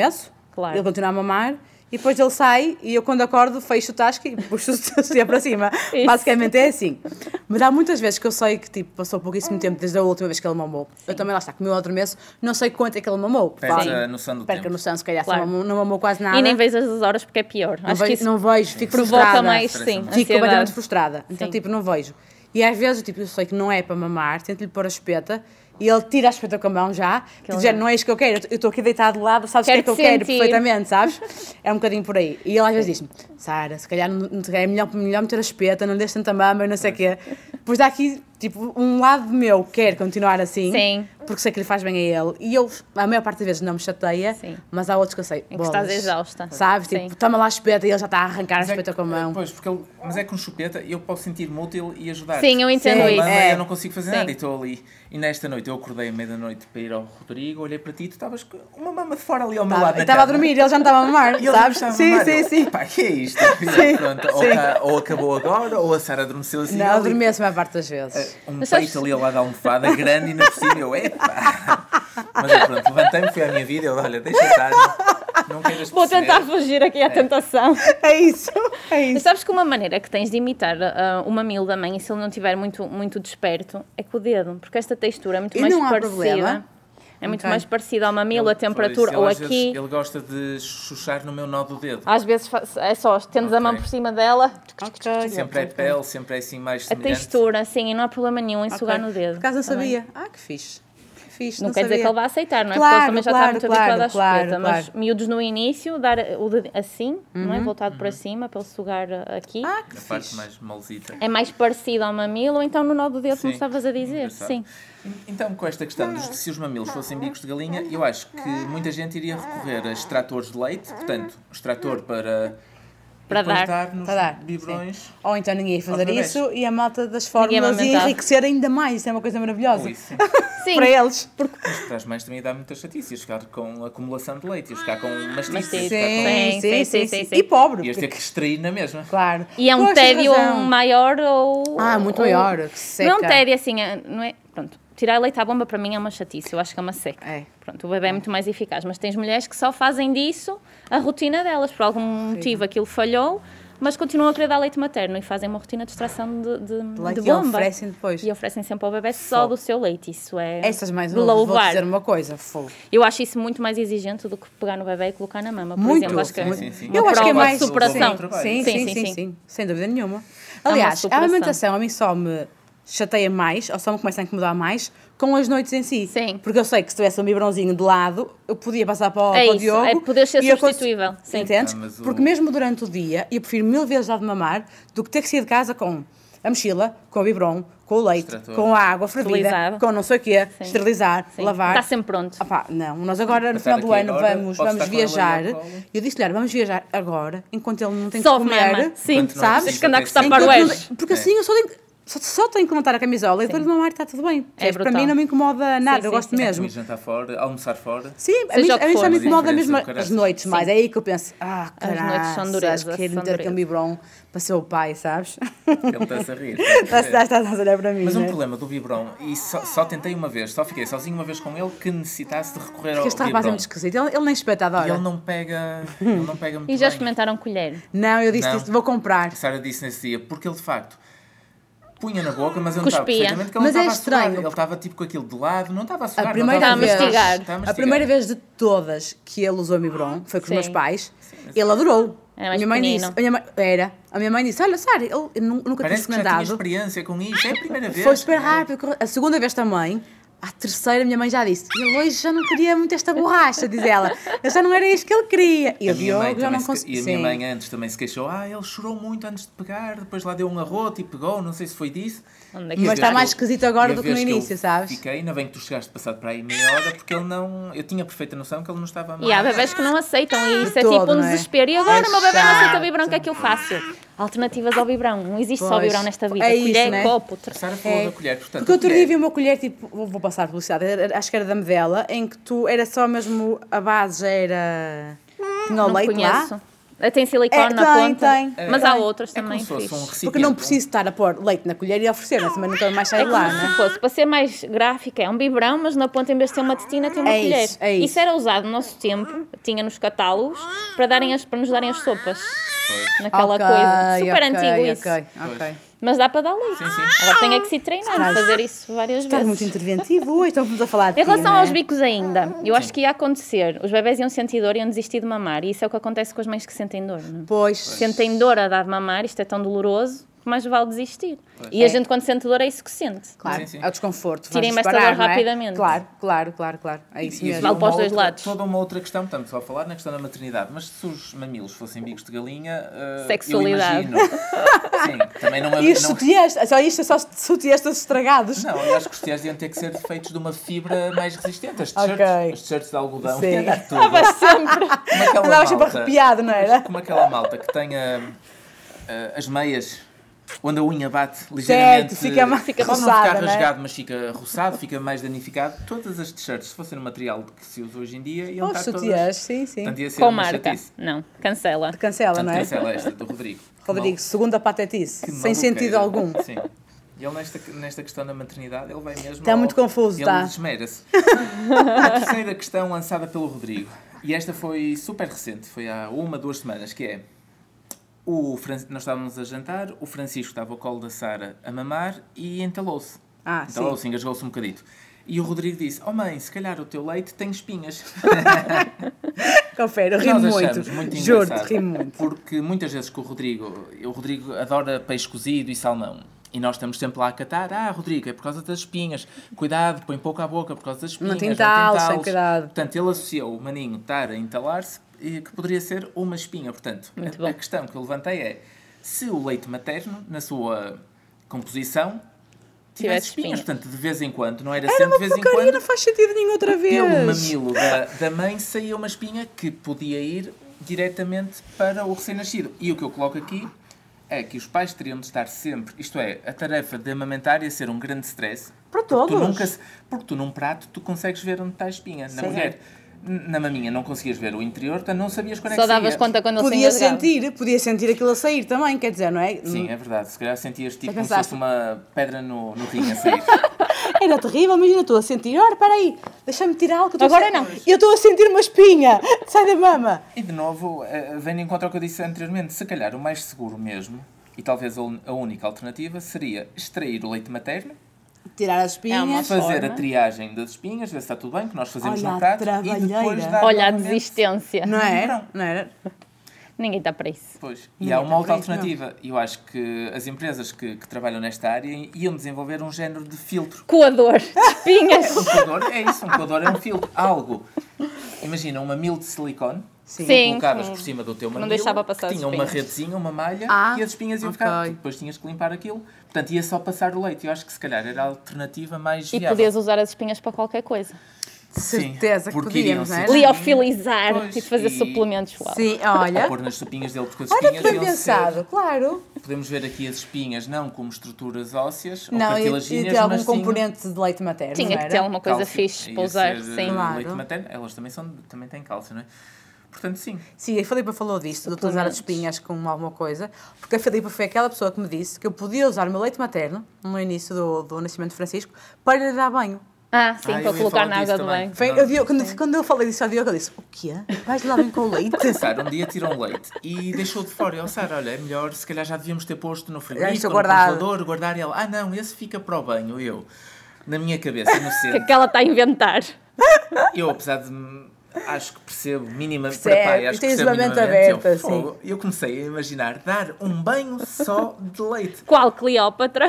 Claro. ele continua a mamar. E depois ele sai e eu, quando acordo, fecho o tasca e puxo o sutiã para cima. Isso. Basicamente é assim. Mas há muitas vezes que eu sei que tipo, passou pouquíssimo tempo desde a última vez que ele mamou. Eu também lá está, como eu adormeço, não sei quanto é que ele mamou. Perde Vá, a noção do Perca a tempo. noção, se calhar se Claro. mamou- não mamou quase nada. E nem vejas as horas porque é pior. Não Acho que vejo- isso não vejo, fico provoca frustrada. mais, Estressa sim, muito. Fico completamente ansiedade. frustrada. Então, Sim. tipo, não vejo. E às vezes, tipo, eu sei que não é para mamar, tento-lhe pôr a espeta e ele tira a espeta com a mão já. ele Tipo, já já- não é isto que eu quero, eu estou aqui deitado de lado, sabes o que é Quero que eu te quero sentir. perfeitamente, sabes? É um bocadinho por aí. E ele às vezes diz-me, Sara, se calhar não, não te- é melhor, melhor meter a espeta, não lhe deixes tanta mama e não sei o quê. Pois dá aqui, tipo, um lado meu quer continuar assim, Sim. porque sei que lhe faz bem a ele. E eu, a maior parte das vezes, não me chateia, Sim. mas há outros que eu sei. Em que estás "Bolas", exausta. Sabes? Sim. Tipo, toma lá a espeta e ele já está a arrancar a Mas é espeta que- com a mão. Pois, porque ele- mas é com chupeta eu posso sentir-me útil e ajudar. Sim, eu entendo Sim. isso. Mama, É. eu não consigo fazer Sim. nada e estou ali. E nesta noite eu acordei à meia-noite para ir ao Rodrigo, olhei para ti e tu estavas com uma mama de fora ali ao meu Estava, lado. na estava Tá a cama. dormir, ele já não estava a mamar, E ele sabes? já me sim, chamava, sim, eu, sim. Pá, que é isto? E Sim, pronto, ou, sim. ca- ou acabou agora, ou a Sara adormeceu assim. Não, ali. adormeço a maior parte das vezes. Um Mas peito sabes- ali ao lado da almofada, grande e não possível. Eu, epá. Mas eu, pronto, levantei-me, fui à minha vida. Eu, olha, deixa estar. Não queiras Vou perceber. tentar fugir aqui à tentação. É isso, é Mas isso. sabes que uma maneira que tens de imitar ah, o mamilo da mãe, e se ele não estiver muito, muito desperto, é com o dedo, porque esta textura é muito E mais não há parecida. problema? É muito Ok. mais parecida ao mamilo, a Ele- temperatura, ele, ou às aqui. vezes, ele gosta de chuchar no meu nó do dedo. Às vezes fa- é só, estendes a mão Ok. por cima dela, Ok. sempre é pele, sempre é assim mais a semelhante. textura, assim, e não há problema nenhum em Ok. sugar no dedo. Por acaso não tá bem? sabia. Ah, que fixe. Que fixe, Não, não quer dizer sabia. que ele vá aceitar, não é? Claro, Porque ele também já claro, está muito claro, habituado à claro, chupeta. Mas claro. Uhum. miúdos no início, dar o dedo assim, não é? Voltado para cima, para ele sugar ah, aqui. Ah, que A parte fixe. mais molzita. É mais parecido ao mamilo, ou então no nó do dedo, como Sim, estavas a dizer. engraçado. Sim. Então, com esta questão dos se os mamilos fossem bicos de galinha, eu acho que muita gente iria recorrer a extratores de leite, portanto, extrator um para, para depois dar. dar nos Para dar, biberões. Ou então ninguém ia fazer Outra vez. isso e a malta das Ninguém fórmulas ia amamentava. enriquecer ainda mais. Isso é uma coisa maravilhosa. Ou isso. Sim, Para eles. Mas para as mães também dá muita chatice. Ia ficar com acumulação de leite, ia ficar com Mastite. Sim, mastite. ia Sim, ficar com- sim, sim, sim, sim, sim, sim. E pobre. Ias ter que extrair na mesma. Claro. E é Tu um achas tédio razão. maior ou. Ah, muito ou- maior, que Não é um seca. tédio assim, é- não é? Pronto, tirar leite à bomba para mim é uma chatice, eu acho que é uma seca. É. Pronto, o bebê é muito mais eficaz, mas tens mulheres que só fazem disso a rotina delas, por algum motivo aquilo falhou, mas continuam a querer dar leite materno e fazem uma rotina de extração de, de, leite de e bomba. oferecem depois. E oferecem sempre ao bebê só do seu leite, isso é Essas mais de uma vou louvar. dizer uma coisa. Fogo. Eu acho isso muito mais exigente do que pegar no bebê e colocar na mama, por Muito. exemplo. Acho que Sim, é sim, sim. uma Eu acho que é prova de mais superação. Sim sim Sim, sim, sim, sem dúvida nenhuma. Aliás, a É superação. alimentação a mim só me chateia mais, ou só me começa a incomodar mais, com as noites em si. Sim. Porque eu sei que se tivesse um biberãozinho de lado, eu podia passar para o, para É o isso, Diogo. é poder ser e eu cons- substituível, sim. Entendes? Ah, mas o- Porque mesmo durante o dia, eu prefiro mil vezes dar de mamar do que ter que sair de casa com a mochila, com o biberon, com o leite, Extrator. com a água fervida, Esterilizado. com não sei o quê, Sim. esterilizar, Sim. lavar. Está sempre pronto. Ah pá, não, nós agora no Passar final do aqui ano agora, vamos, posso vamos estar com ela viajar. ali ao colo? Eu disse-lhe, olha, vamos viajar agora, enquanto ele não tem Só que comer. mama. Sim, Enquanto não sabes? tens que andar a precisa É. custar ter para o Enquanto oeste. não- Porque assim eu só tenho, que- só, só tenho que levantar a camisola e dou-lhe mamar e está tudo bem. Percebes? Para É brutal. mim não me incomoda nada, eu sim, gosto sim. mesmo. Ir jantar fora, almoçar fora. Sim, a Seja mim, o que a mim for. já me Uma incomoda diferença mesmo do caraças. as noites, mais é aí que eu penso, ah, As caraças, noites são quero durezas, são meter aqui um durezas. biberon para ser o pai, sabes? Tá, Ele é está-se a rir. Estás estás a olhar para mim, Mas um né? problema do biberon, e só, só tentei uma vez, só fiquei sozinho uma vez com ele, que necessitasse de recorrer Porque ao este rapaz é biberon. muito esquisito, ele, ele nem espeta, E ele adora. não pega, ele não pega muito E já bem. experimentaram colher. Não, eu disse Não. isto, vou comprar. A Sara disse nesse dia, porque ele de facto punha na boca, mas eu não estava Cuspia. perfeitamente que ele Mas não é estava a estranho. suar. Ele estava tipo com aquilo de lado, não estava a Tá, suar. A primeira, não estava vez, a mastigar. Está a a mastigar. primeira vez de todas que ele usou Ah, Mibron foi com Sim. os meus pais. Ele adorou. Era a mais minha mãe pequenino. disse, a minha mãe- era. A minha mãe disse: Olha, Sara, ele eu nu- nunca tinha Parece que já experimentado. tinha experiência com isso, é a primeira vez. Foi super rápido. correu- A segunda vez também. A terceira, a minha mãe já disse: Ele hoje já não queria muito esta borracha, diz ela. Ele já não era isto que ele queria. E A o minha mãe Diogo já também não se- conseguiu. E a minha mãe é antes também se queixou, ah, ele chorou muito antes de pegar, depois lá deu um arroto e pegou, não sei se foi disso. Onde é E que a Mas vez está eu- tá mais esquisito agora e a do que no vez início, eu sabes? Fiquei, ainda bem que tu chegaste passado para aí meia hora, porque ele não. Eu tinha perfeita noção que ele não estava a E há bebés que não aceitam e isso é todo, tipo um não é? desespero. E agora É o meu bebê não aceita chato. o biberão, o que é que eu faço? Alternativas ao biberão. Não existe só Pois. biberão nesta vida. É isso, colher, né? copo, tra- A Sara falou É. da colher, portanto. Porque a outro dia colher- vi uma colher, tipo, vou vou passar publicidade, era- acho que era da Medela, em que tu era só mesmo, a base já era. Tinha o não leite lá. conheço. Eh, Tem silicone É, na tem, ponta. tem. Mas É. há outras É também como se fosse fixe. um Porque recipiente. não preciso estar a pôr leite na colher e oferecer, mas também não quero mais sair É de lá, como não se é? fosse, para ser mais gráfica, é um biberão, mas na ponta, em vez de ter uma tetina, tem uma É colher. isso, é isso. era usado no nosso tempo, tinha nos catálogos, para, darem as, para nos darem as sopas. Naquela Ok, coisa. Super ok, antigo isso. Ok, ok. Mas dá para dar leite. Agora tem é que se treinar, Estás- fazer isso várias Estás vezes. muito interventivo hoje, estamos a falar de Em ti, relação não é? aos bicos ainda, eu acho que ia acontecer. Os bebés iam sentir dor e iam desistir de mamar. E isso é o que acontece com as mães que sentem dor. Não? é? Pois, Sentem dor a dar de mamar, isto é tão doloroso, que mais vale desistir. E É. a gente quando sente dor é isso que sente. claro, Sim, sim. é o desconforto. vais Tirem-me esta disparar, dor não é? rapidamente. Claro, claro, claro, claro. É isso E mesmo. havia Vale para os uma dois outra- lados. Toda uma outra questão, estamos só a falar na questão da maternidade, mas se os mamilos fossem bicos de galinha, eh, Sexualidade. eu imagino. Sim, também não é. E os não- sutiãs, só isto é só sutiãs todos estragados. Não, eu acho que os tiés iam ter que ser feitos de uma fibra mais resistente. As Ok. t-shirts as t-shirts de algodão. Sim. ia dar Ah, tudo. Como é Sempre. aquela Andava sempre malta- arrepiado, não era? Como aquela malta que tem ah, ah, as meias onde a unha bate ligeiramente. fica ma- fica pode roçada, não não ficar é? rasgado, mas fica roçado, fica mais danificado. Todas as t-shirts, se fossem no material que se usa hoje em dia, iam Os estar todas... sutiãs, sim, sim. Portanto, ia ser Com uma marca. chatice. Não, cancela. Cancela, não Portanto, é? cancela esta do Rodrigo. Rodrigo, segunda patetice, Que sem maluqueira. sentido algum. Sim. E ele, nesta, nesta questão da maternidade, ele vai mesmo. Está muito confuso, tá? está. ele desmera-se. a terceira questão lançada pelo Rodrigo, e esta foi super recente, foi há uma, duas semanas, que é. O Fran- Nós estávamos a jantar, o Francisco estava ao colo da Sara a mamar e entalou-se. Ah, entalou-se, engasgou-se um bocadito. E o Rodrigo disse: Oh mãe, se calhar o teu leite tem espinhas. Confere, eu Nós rimo achamos muito. muito Juro-te, engraçado, rimo muito. Porque muitas vezes que o Rodrigo, o Rodrigo adora peixe cozido e salmão. E nós estamos sempre lá a catar, ah, Rodrigo, é por causa das espinhas. Cuidado, põe pouco à boca por causa das espinhas. tem talos, tem talos." cuidado. Portanto, ele associou o maninho estar a entalar-se e que poderia ser uma espinha. Portanto, Muito a, a bom. questão que eu levantei é se o leite materno, na sua composição, tivesse Tivesse espinhas. espinhas. Portanto, de vez em quando, não era, sempre de vez em Porcaria, quando não faz sentido nenhum outra vez. pelo mamilo da, da mãe saía uma espinha que podia ir diretamente para o recém-nascido. E o que eu coloco aqui é que os pais teriam de estar sempre, isto é, a tarefa de amamentar ia ser um grande stress. Para Porque tu, todos. nunca, se- porque tu num prato tu consegues ver onde está a espinha. Na Sim. mulher, n- na maminha não conseguias ver o interior, então não sabias quando é Só que davas saía. conta quando ele se Podia engasgava. sentir, podia sentir aquilo a sair também, quer dizer, não é? Sim, é verdade. Se calhar sentias Já tipo como se fosse pensaste? uma pedra no, no rim a sair. Era terrível, imagina, estou a sentir, ora, espera aí, deixa-me tirar algo que eu estou Agora a não. Eu estou a sentir uma espinha, sai da mama. E de novo, eh, vem de encontro ao que eu disse anteriormente, se calhar o mais seguro mesmo, e talvez a un- a única alternativa, seria extrair o leite materno, Tirar as espinhas. É uma fazer a Forma. triagem das espinhas, ver se está tudo bem, que nós fazemos Olha no a prato, e trabalheira. depois dar Olha a novamente. desistência. Não Não. é? Não era? Ninguém está para isso. Pois. E Ninguém há está uma outra para isso, não. alternativa, e eu acho que as empresas que, que trabalham nesta área iam desenvolver um género de filtro. Coador, espinhas. Um coador é isso, um coador é um filtro, algo. Imagina uma mil de silicone, Sim. colocavas sim. tipo por cima do teu mamilo, deixava passar que as tinha uma espinhas. redezinha, uma malha Ah, e as espinhas iam ok. ficar. tipo, Depois tinhas que limpar aquilo. Portanto, ia só passar o leite. Eu acho que se calhar era a alternativa mais E viável. podias usar as espinhas para qualquer coisa. Certeza que porque podíamos, iriam-se- não era? Liofilizar Pois, e fazer e- suplementos. Uau. É Sim, Ou olha. pôr nas sopinhas dele, porque as Olha que espinhas bem iam pensado, ser... claro. Podemos ver aqui as espinhas não como estruturas ósseas ou Não, e, e cartilaginhas, ter algum mas sim componente de leite materno, Tinha não que era? ter um alguma coisa cálcio. fixe Ia para usar. ser, Sim. eh, Claro. leite materno. Elas também, são, também têm cálcio, não é? Portanto, sim. Sim, a Filipa falou disto, de utilizar as Suplementos. espinhas como alguma coisa, porque a Filipa foi aquela pessoa que me disse que eu podia usar o meu leite materno, no início do, do nascimento de Francisco, para lhe dar banho. Ah, sim, Ah, eu para ia colocar falar na disso água do também. banho. Foi, Não. eu, Diogo- quando, quando eu falei disso ao Diogo, ele disse, o quê? Vais lá banho com leite? Sara um dia tirou um leite e deixou de fora. Eu, Sara, olha, é melhor, se calhar já devíamos ter posto no Deixa frigorífico, no guardado. congelador, guardar. E ela, ah não, esse fica para o banho. Eu, na minha cabeça, Que inocente, aquela está a inventar. eu apesar de... me- Acho que percebo minimamente. Percebe, Epá, acho que tens percebo uma mente minimamente. Eu, aberta, fogo, eu comecei a imaginar dar um banho só de leite. Qual Cleópatra?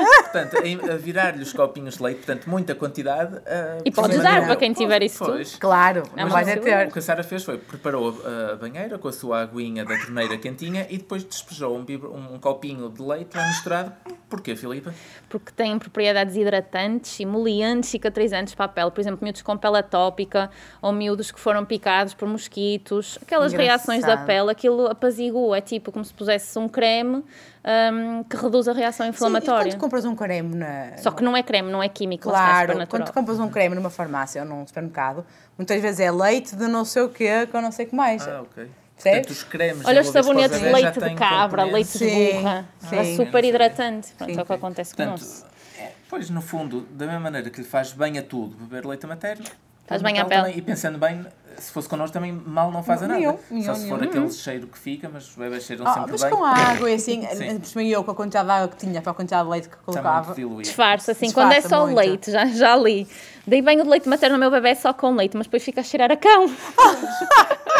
Portanto, em- a virar-lhe os copinhos de leite, portanto, muita quantidade. ah, E por podes cima dar dele. para quem tiver isso Pois. Claro, É não uma vais é possibilidade. O ter. que a Sara fez foi preparou a a banheira com a sua aguinha da torneira quentinha e depois despejou um, bibro- um copinho de leite lá misturado. Porquê, Filipa? porque têm propriedades hidratantes, emolientes, cicatrizantes para a pele. Por exemplo, miúdos com pele atópica ou miúdos que foram picados por mosquitos. Aquelas Engraçado. reações da pele, aquilo apazigua. É tipo como se pusesse um creme hum, que reduz a reação Sim, e inflamatória. quando compras um creme na... Só que não é creme, não é químico. lá está, é Claro, supernatural. quando tu compras um creme numa farmácia ou num supermercado, muitas vezes é leite de não sei o quê, com não sei o que mais. Ah, ok. Percebes? Portanto, os cremes Olha de os uma vez para sabonetes de bebés já leite de têm cabra, componentes. leite de Sim, burra. sim. É super hidratante. Pronto, Sim, é o que sim. acontece connosco. Portanto, é, pois no fundo, da mesma maneira que lhe faz bem a tudo beber leite materno, Faz faz bem à mal pele. também- E pensando bem, se fosse connosco também mal não faz a nada. Nenhum, Só nenhum, se for nenhum. aquele cheiro que fica, mas os bebés cheiram Ah, sempre mas bem. com a água e assim, Sim. por cima eu com a quantidade de água que tinha para a quantidade de leite que Está muito colocava. diluído. Disfarça, assim, quando é Disfarça só muito. leite, já, já li. Dei banho de leite materno ao meu bebê é só com leite, mas depois fica a cheirar a cão.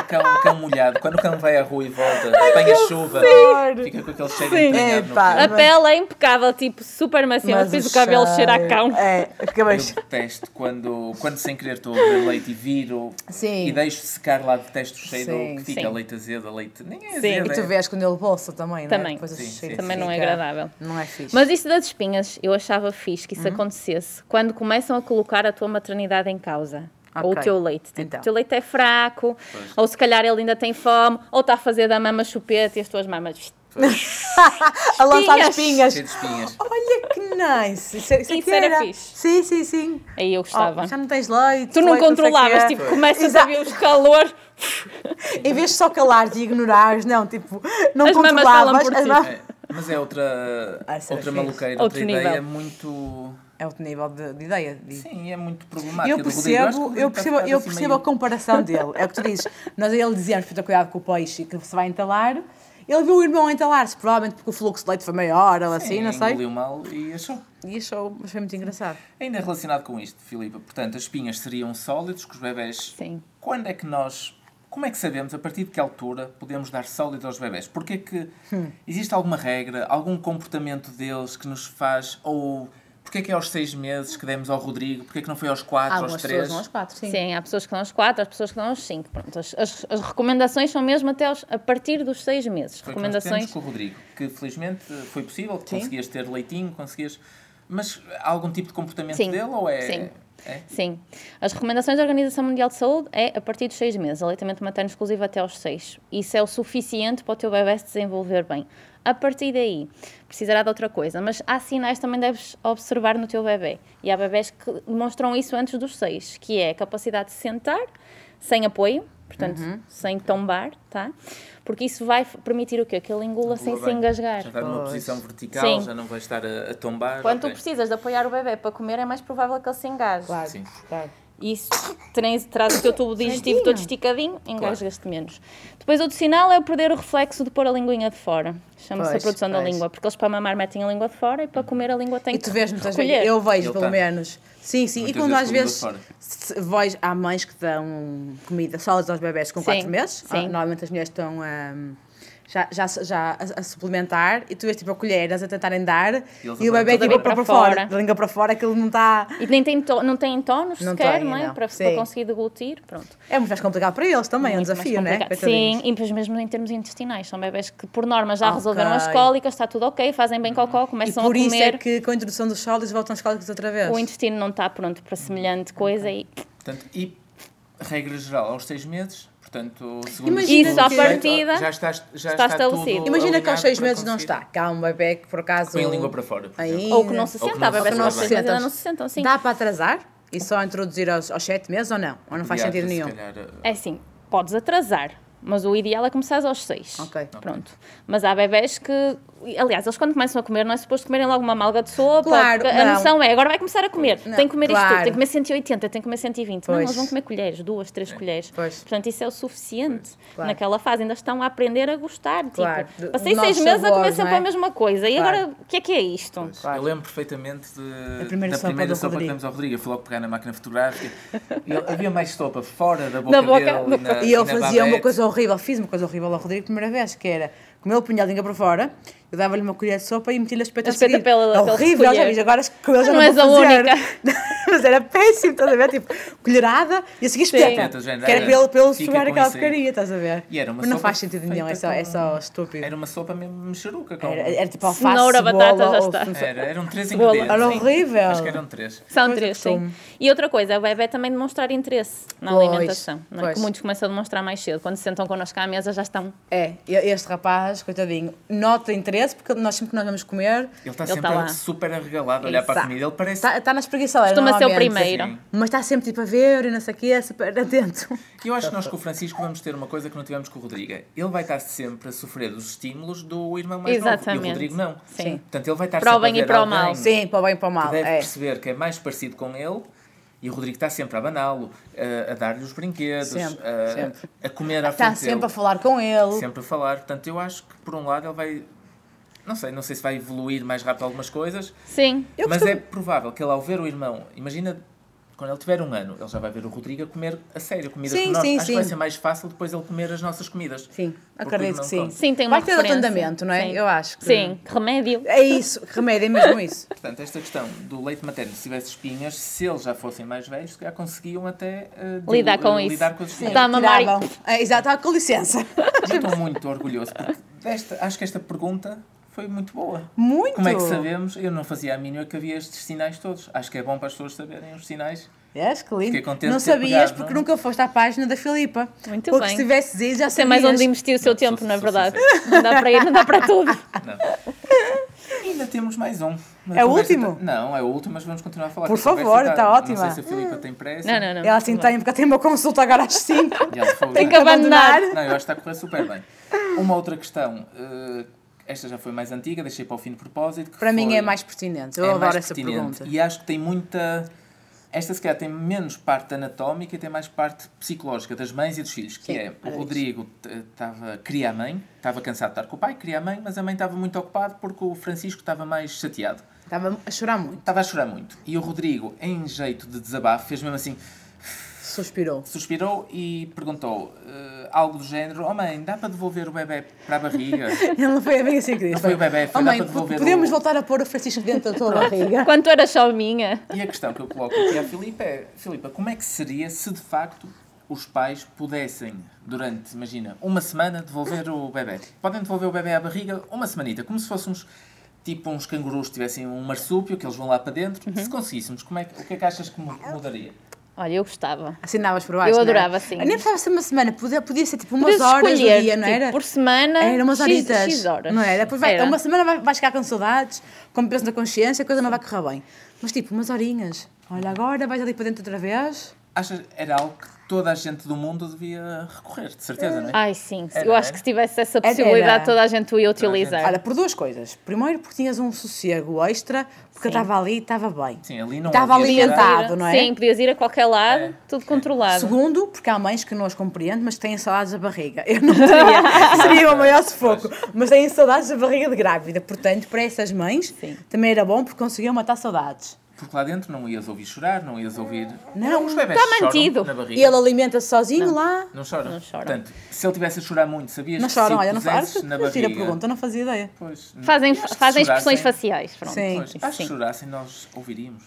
Cão, cão molhado. Quando o cão vai à rua e volta, apanha chuva, fica com aquele cheiro Sim. entranhado no Epá, pé. A Mas- pele é impecável, tipo, super macia, Mas mas depois o o cabelo cheira a cheiro- cão. É, fica bem. Eu detesto quando, quando sem querer estou a beber leite e viro Sim. e deixo secar lá, detesto o cheiro Sim, que fica sim. leite azedo, leite. Nem é Sim. azedo. E tu é- vês quando ele bolsa também, não é? Também. Depois esse Sim, sim, cheiro Também não é fica- agradável. Não é fixe. Mas isso das espinhas, eu achava fixe que isso Uhum. acontecesse quando começam a colocar a tua maternidade em causa. Ou o Ok. teu leite. Tipo, Então. O teu leite é fraco, ou se calhar ele ainda tem fome, ou está a fazer da mama chupeta e as tuas mamas. a lançar espinhas. Oh, espinhas. Cheio de espinhas. Olha que nice. Isso, isso, é Isso que era era, fixe. Sim, sim, sim. Aí eu gostava. Oh, já não tens leite. Tu não leite, sei o controlavas, quê. tipo, começas Exato. a ver os calor. Em vez de só calares e ignorares, não, tipo, não As mamas falam controlavas. por as ti. mamas- É, mas é outra, Ah, isso era outra fixe. maluqueira, Outro outra ideia nível. muito. É outro nível de, de ideia. de- Sim, é muito problemática. Eu do Rodrigo. acho que o percebo, Rodrigo eu está percebo, ficado eu assim percebo meio- a comparação dele. É o que tu dizes. Nós a ele dizíamos para ter cuidado com o peixe e que se vai entalar. Ele viu o irmão entalar-se, provavelmente porque o fluxo de leite foi maior ou assim, não sei. Engoliu mal e achou. E achou, mas foi muito engraçado. Ainda relacionado com isto, Filipa, portanto, as espinhas seriam sólidos que os bebés. Sim. Quando é que nós. Como é que sabemos a partir de que altura podemos dar sólido aos bebés? Porque é que Hum. existe alguma regra, algum comportamento deles que nos faz. Ou porque é que é aos seis meses que demos ao Rodrigo? Porque é que não foi aos Ah, quatro, aos três? quatro, Sim. há pessoas que dão aos 4, há pessoas que dão aos 5. Pronto, as, as- as recomendações são mesmo até aos- a partir dos 6 meses. Foi o que nós recomendações. tivemos com o Rodrigo, que felizmente foi possível, que conseguias ter leitinho, conseguias. Mas há algum tipo de comportamento Sim. dele ou é. Sim. É? Sim. As recomendações da Organização Mundial de Saúde é a partir dos seis meses, aleitamento materno exclusivo até aos seis. Isso é o suficiente para o teu bebê se desenvolver bem. A partir daí, precisará de outra coisa, mas há sinais que também deves observar no teu bebê. E há bebés que demonstram isso antes dos seis, que é a capacidade de sentar sem apoio, portanto, sem tombar, tá? Porque isso vai f- permitir o quê? Que ele engula sem Boa, se bem. engasgar. Já está numa Pois. posição vertical, Sim. já não vai estar a, a tombar. Quando tu ok. precisas de apoiar o bebê para comer, é mais provável que ele se engasgue. Claro, Sim. claro. Isso traz, traz o teu tubo digestivo Tadinho. todo esticadinho, engasgas-te menos. Depois, outro sinal é o perder o reflexo de pôr a linguinha de fora. Chama-se a Pois, produção da pois. Uhum. língua, porque eles para mamar metem a língua de fora e para comer a língua tem E que tu vês muitas Então, recolher. vezes. Eu vejo, Ele pelo tá. menos. Sim, sim. Muitas e quando às vezes vezes comida se- vejo, há mães que dão comida sólidas aos bebés com Sim, 4 meses. sim. Ah, Normalmente as mulheres estão hum, já, já, já a, a suplementar e tu vês tipo a colher, elas a tentarem dar eles e o a bebé tentarem tipo dar. para, para fora, Para fora. da língua para fora, que ele não tá- está. E nem tem to- não tem tonos Não sequer, tem, não é? não. Para, para Sim. conseguir deglutir, pronto. É muito mais complicado para eles também, é um Muito mais desafio, né? complicado. Sim, Coitadinhos. e depois mesmo em termos intestinais. São bebés que, por norma, já Ok. resolveram as cólicas, está tudo ok, fazem bem cocó, E começam por a isso é comer. que com a introdução dos sólidos voltam as cólicas outra vez. O intestino não está pronto para semelhante coisa e Portanto, e regra geral, aos seis meses, portanto, segundo Imagina segundo Isso à o sujeito, partida já está, já está está, estabelecido. tudo Imagina que aos alinhado 6 para meses não conseguir. está. Cá há um bebé que por acaso. Põe a língua para fora. por exemplo. Ainda. ou que não se Ou que senta, há não se bebés que senta. aos seis meses ainda Sentam-se. não se sentam, sim. Dá para atrasar e só introduzir aos, aos 7 meses ou não? Ou não faz sentido Pediatra, se nenhum? calhar, eh, É assim, podes atrasar, mas o ideal é começar aos seis. Ok. Pronto. Mas há bebés que. Aliás, eles quando começam a comer, não é suposto comerem logo uma malga de sopa. Claro, porque a não. noção é agora vai começar a comer. Não, tem que comer isto claro. tudo, tem que comer 180, tem que comer 120. Não, Pois. eles vão comer colheres, duas, três colheres. Pois. Portanto, isso é o suficiente Claro. naquela fase. Ainda estão a aprender a gostar. Claro, Tipo, do- passei do seis nosso meses a comer sabor, sempre não é? a mesma coisa. E Claro. agora, o que é que é isto? Eu lembro perfeitamente de- A primeira da sopa primeira do sopa que Rodrigo. demos ao Rodrigo. Eu fui logo pegar na máquina fotográfica. Ele- havia mais sopa fora da boca, Na boca, dele. no- e na- E eu na fazia uma babete. coisa horrível, fiz uma coisa horrível ao Rodrigo a primeira vez, que era como ele punha a língua para fora, eu dava-lhe uma colher de sopa e metia-lhe as A petas espeta pela- pela horrível, já colher. Ah, vi, agora como eu já Não não, és vou a fazer. única. Mas era péssimo, estás a ver? Tipo, colherada e a seguir espeta. Espeta, gente, Que era é. para ele, para ele Fica sugar com aquela isso aí. porcaria, estás a ver? E era uma Mas não sopa faz sentido nenhum, é só, feita é só estúpido. Era uma sopa mesmo mexeruca. Com... Era, Era, era tipo alface, Cenoura, cebola, batata, já ou- está. era, eram três Cebola. ingredientes. Era sim. horrível. Acho que eram três. São Coisa três, que sim. some. E outra coisa, é o bebê também demonstrar interesse na Pois, alimentação. Não é? Que pois. muitos começam a demonstrar mais cedo. Quando se sentam connosco à mesa já estão. É, e este rapaz, coitadinho, nota interesse, porque nós sempre que nós vamos comer, Ele está Ele sempre tá lá. Tá. super arregalado a olhar para a Exato. comida. Ele parece. está, está na espreguiçoeira. Costuma ser o normalmente. primeiro. Sim. Mas está sempre tipo a ver e não sei o quê, super atento. Eu Tá, acho que nós com o Francisco vamos ter uma coisa que não tivemos com o Rodrigo. Ele vai estar sempre a sofrer dos estímulos do irmão mais novo. E Exatamente. o Rodrigo não. Sim. Portanto, ele vai estar Para o sempre bem e a ver para o alguém mal. Sim, para o bem e para o que mal. deve É. perceber que é mais parecido com ele. E o Rodrigo está sempre a abaná-lo, a, a dar-lhe os brinquedos, Sempre, a, sempre. a comer à Está frente sempre a dele, falar com ele. sempre a falar. Portanto, eu acho que por um lado ele vai... Não sei, não sei se vai evoluir mais rápido algumas coisas, Sim. Eu mas costumo- é provável que ele ao ver o irmão, imagina quando ele tiver um ano, ele já vai ver o Rodrigo a comer a sério, comidas Sim, que nós. sim, Acho sim. que vai ser mais fácil depois ele comer as nossas comidas. Sim, Porque o acredito irmão que sim. come. Sim, tem uma Vai ter outro referência. andamento, não é? Sim. Eu acho que. Sim, que remédio. É isso, que remédio, é mesmo isso. Portanto, esta questão do leite materno, se tivesse espinhas, se eles já fossem mais velhos, se calhar conseguiam até eh, de- Lidar com eh, isso. lidar com as espinhas. Tá a mamar e- Tiravam. É, exato, ah, com licença. Eu estou muito orgulhoso. porque desta- acho que esta pergunta foi muito boa. Muito. Como é que sabemos? Eu não fazia a mínima que havia estes sinais todos. Acho que é bom para as pessoas saberem os sinais. És, que lindo. Fiquei contente não de ter sabias pegado, porque não? é? nunca foste à página da Filipa. Muito porque bem. se tivesses ido já Tem sabias. mais um onde investir o seu Não, tempo, sou- não é sou verdade? Não dá para ir, não dá para tudo. Não. Ainda temos mais um. Mas É a o conversa último? tá- Não, é o último, mas vamos continuar a falar. Por que a conversa favor, tá ótima. Não sei se a Filipa tem pressa. Não, não, não. Ela assim tem, porque tem uma consulta agora às 5. E ela foi- Tem que abandonar. Não, eu acho que está a correr super bem. Uma outra questão, eh, esta já foi mais antiga, deixei para o fim de propósito. que Para mim foi- é mais pertinente. Eu é mais adoro essa pertinente. pergunta. E acho que tem muita. Esta, se calhar, tem menos parte anatómica e tem mais parte psicológica das mães e dos filhos. Que Sim, é, era o isso. Rodrigo t- tava, queria a mãe, estava cansado de estar com o pai, queria a mãe, mas a mãe estava muito ocupada porque o Francisco estava mais chateado. Estava a chorar muito. Estava a chorar muito. E o Rodrigo, em jeito de desabafo, fez mesmo assim, Suspirou. suspirou e perguntou eh, algo do género: Oh mãe, dá para devolver o bebê para a barriga? Ele não foi bem assim que disse. Não foi o bebé, foi Oh, dar mãe, para devolver podemos o- voltar a pôr o Francisco dentro da tua barriga. Quanto era só minha? E a questão que eu coloco aqui à Filipa é: Filipa, como é que seria se de facto os pais pudessem, durante, imagina, uma semana, devolver o bebê? Podem devolver o bebê à barriga uma semanita, como se fôssemos tipo uns cangurus tivessem um marsúpio que eles vão lá para dentro, se conseguíssemos, como é que, o que é que achas que mu- mudaria? Olha, eu gostava. Assinavas por baixo. Eu não era? adorava, sim. Nem precisava ser uma semana, podia, podia ser tipo umas Podias horas do escolher, dia, não tipo, era? por semana, Era umas X- horitas. X horas. Não era? Depois vai, é Era. Uma semana vai, vai chegar com saudades, com peso na consciência, a coisa não vai correr bem. Mas tipo, umas horinhas. Olha, agora vais ali para dentro outra vez. Achas era algo que toda a gente do mundo devia recorrer, de certeza, não é? Ai, sim. Era, eu acho era. que se tivesse essa Era, possibilidade, era. toda a gente o ia utilizar. Olha, por duas coisas. Primeiro, porque tinhas um sossego extra, porque eu estava ali e estava bem. Sim, ali não Estava havia Podias ir a- cidade. alimentado, não é? Sim, podias ir a qualquer lado, É. tudo controlado. Segundo, porque há mães que não as compreendo, mas têm saudades da barriga. Eu não teria, seria o maior sufoco. Mas têm saudades da barriga de grávida. Portanto, para essas mães, Sim. também era bom porque conseguiam matar saudades. Porque lá dentro não ias ouvir chorar, não ias ouvir. Não, os bebés Tá choram mantido. na barriga. E ele alimenta-se sozinho lá. Não choram. Não choram. Portanto, se ele tivesse a chorar muito, sabias Não que choram, se olha, não faz. pusesses na Tira a barriga. pergunta, não fazia ideia. Pois, Fazem, acho que fazem se chorassem- expressões faciais, pronto. Sim. Pois, acho que Sim. chorassem, nós ouviríamos.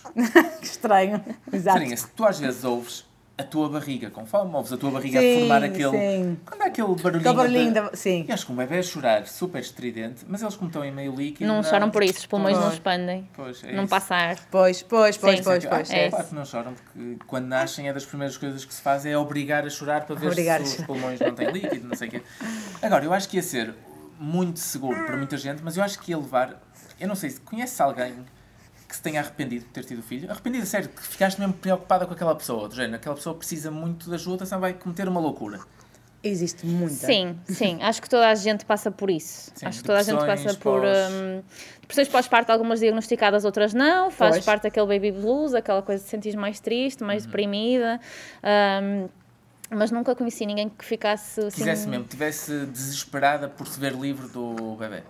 que estranho. Exato. Sarinha, se tu às vezes ouves a tua barriga com fome, ouves a tua barriga Sim, a formar aquele. sim. Quando há aquele barulhinho. Aquele barulhinho de- da- sim. E acho que um bebê a chorar super estridente, mas eles como estão em meio líquido. Não choram por isso, os pulmões não Pois. expandem, Pois, é não isso. passa ar. Pois, pois, pois, Sim. pois, Ah, pois. É claro isso. que não choram, porque quando nascem é das primeiras coisas que se faz é obrigar a chorar para ver Obrigar a se os chorar. pulmões não têm líquido, não sei o quê. Agora, eu acho que ia ser muito seguro para muita gente, mas eu acho que ia levar. Eu não sei se conheces alguém que se tenha arrependido de ter tido filho. Arrependido, a sério, que ficaste mesmo preocupada com aquela pessoa, do género, aquela pessoa precisa muito de ajuda, senão vai cometer uma loucura. Existe muita. Sim, sim. Acho que toda a gente passa por isso. Sim, Acho que toda a gente depressões passa por. pós- hum, depressões pós-parto, algumas diagnosticadas, outras não. Faz Pois. parte daquele baby blues, aquela coisa de te sentir mais triste, mais Uhum. deprimida. Hum, mas nunca conheci ninguém que ficasse assim. Quisesse mesmo, tivesse desesperada por se ver livre do bebê.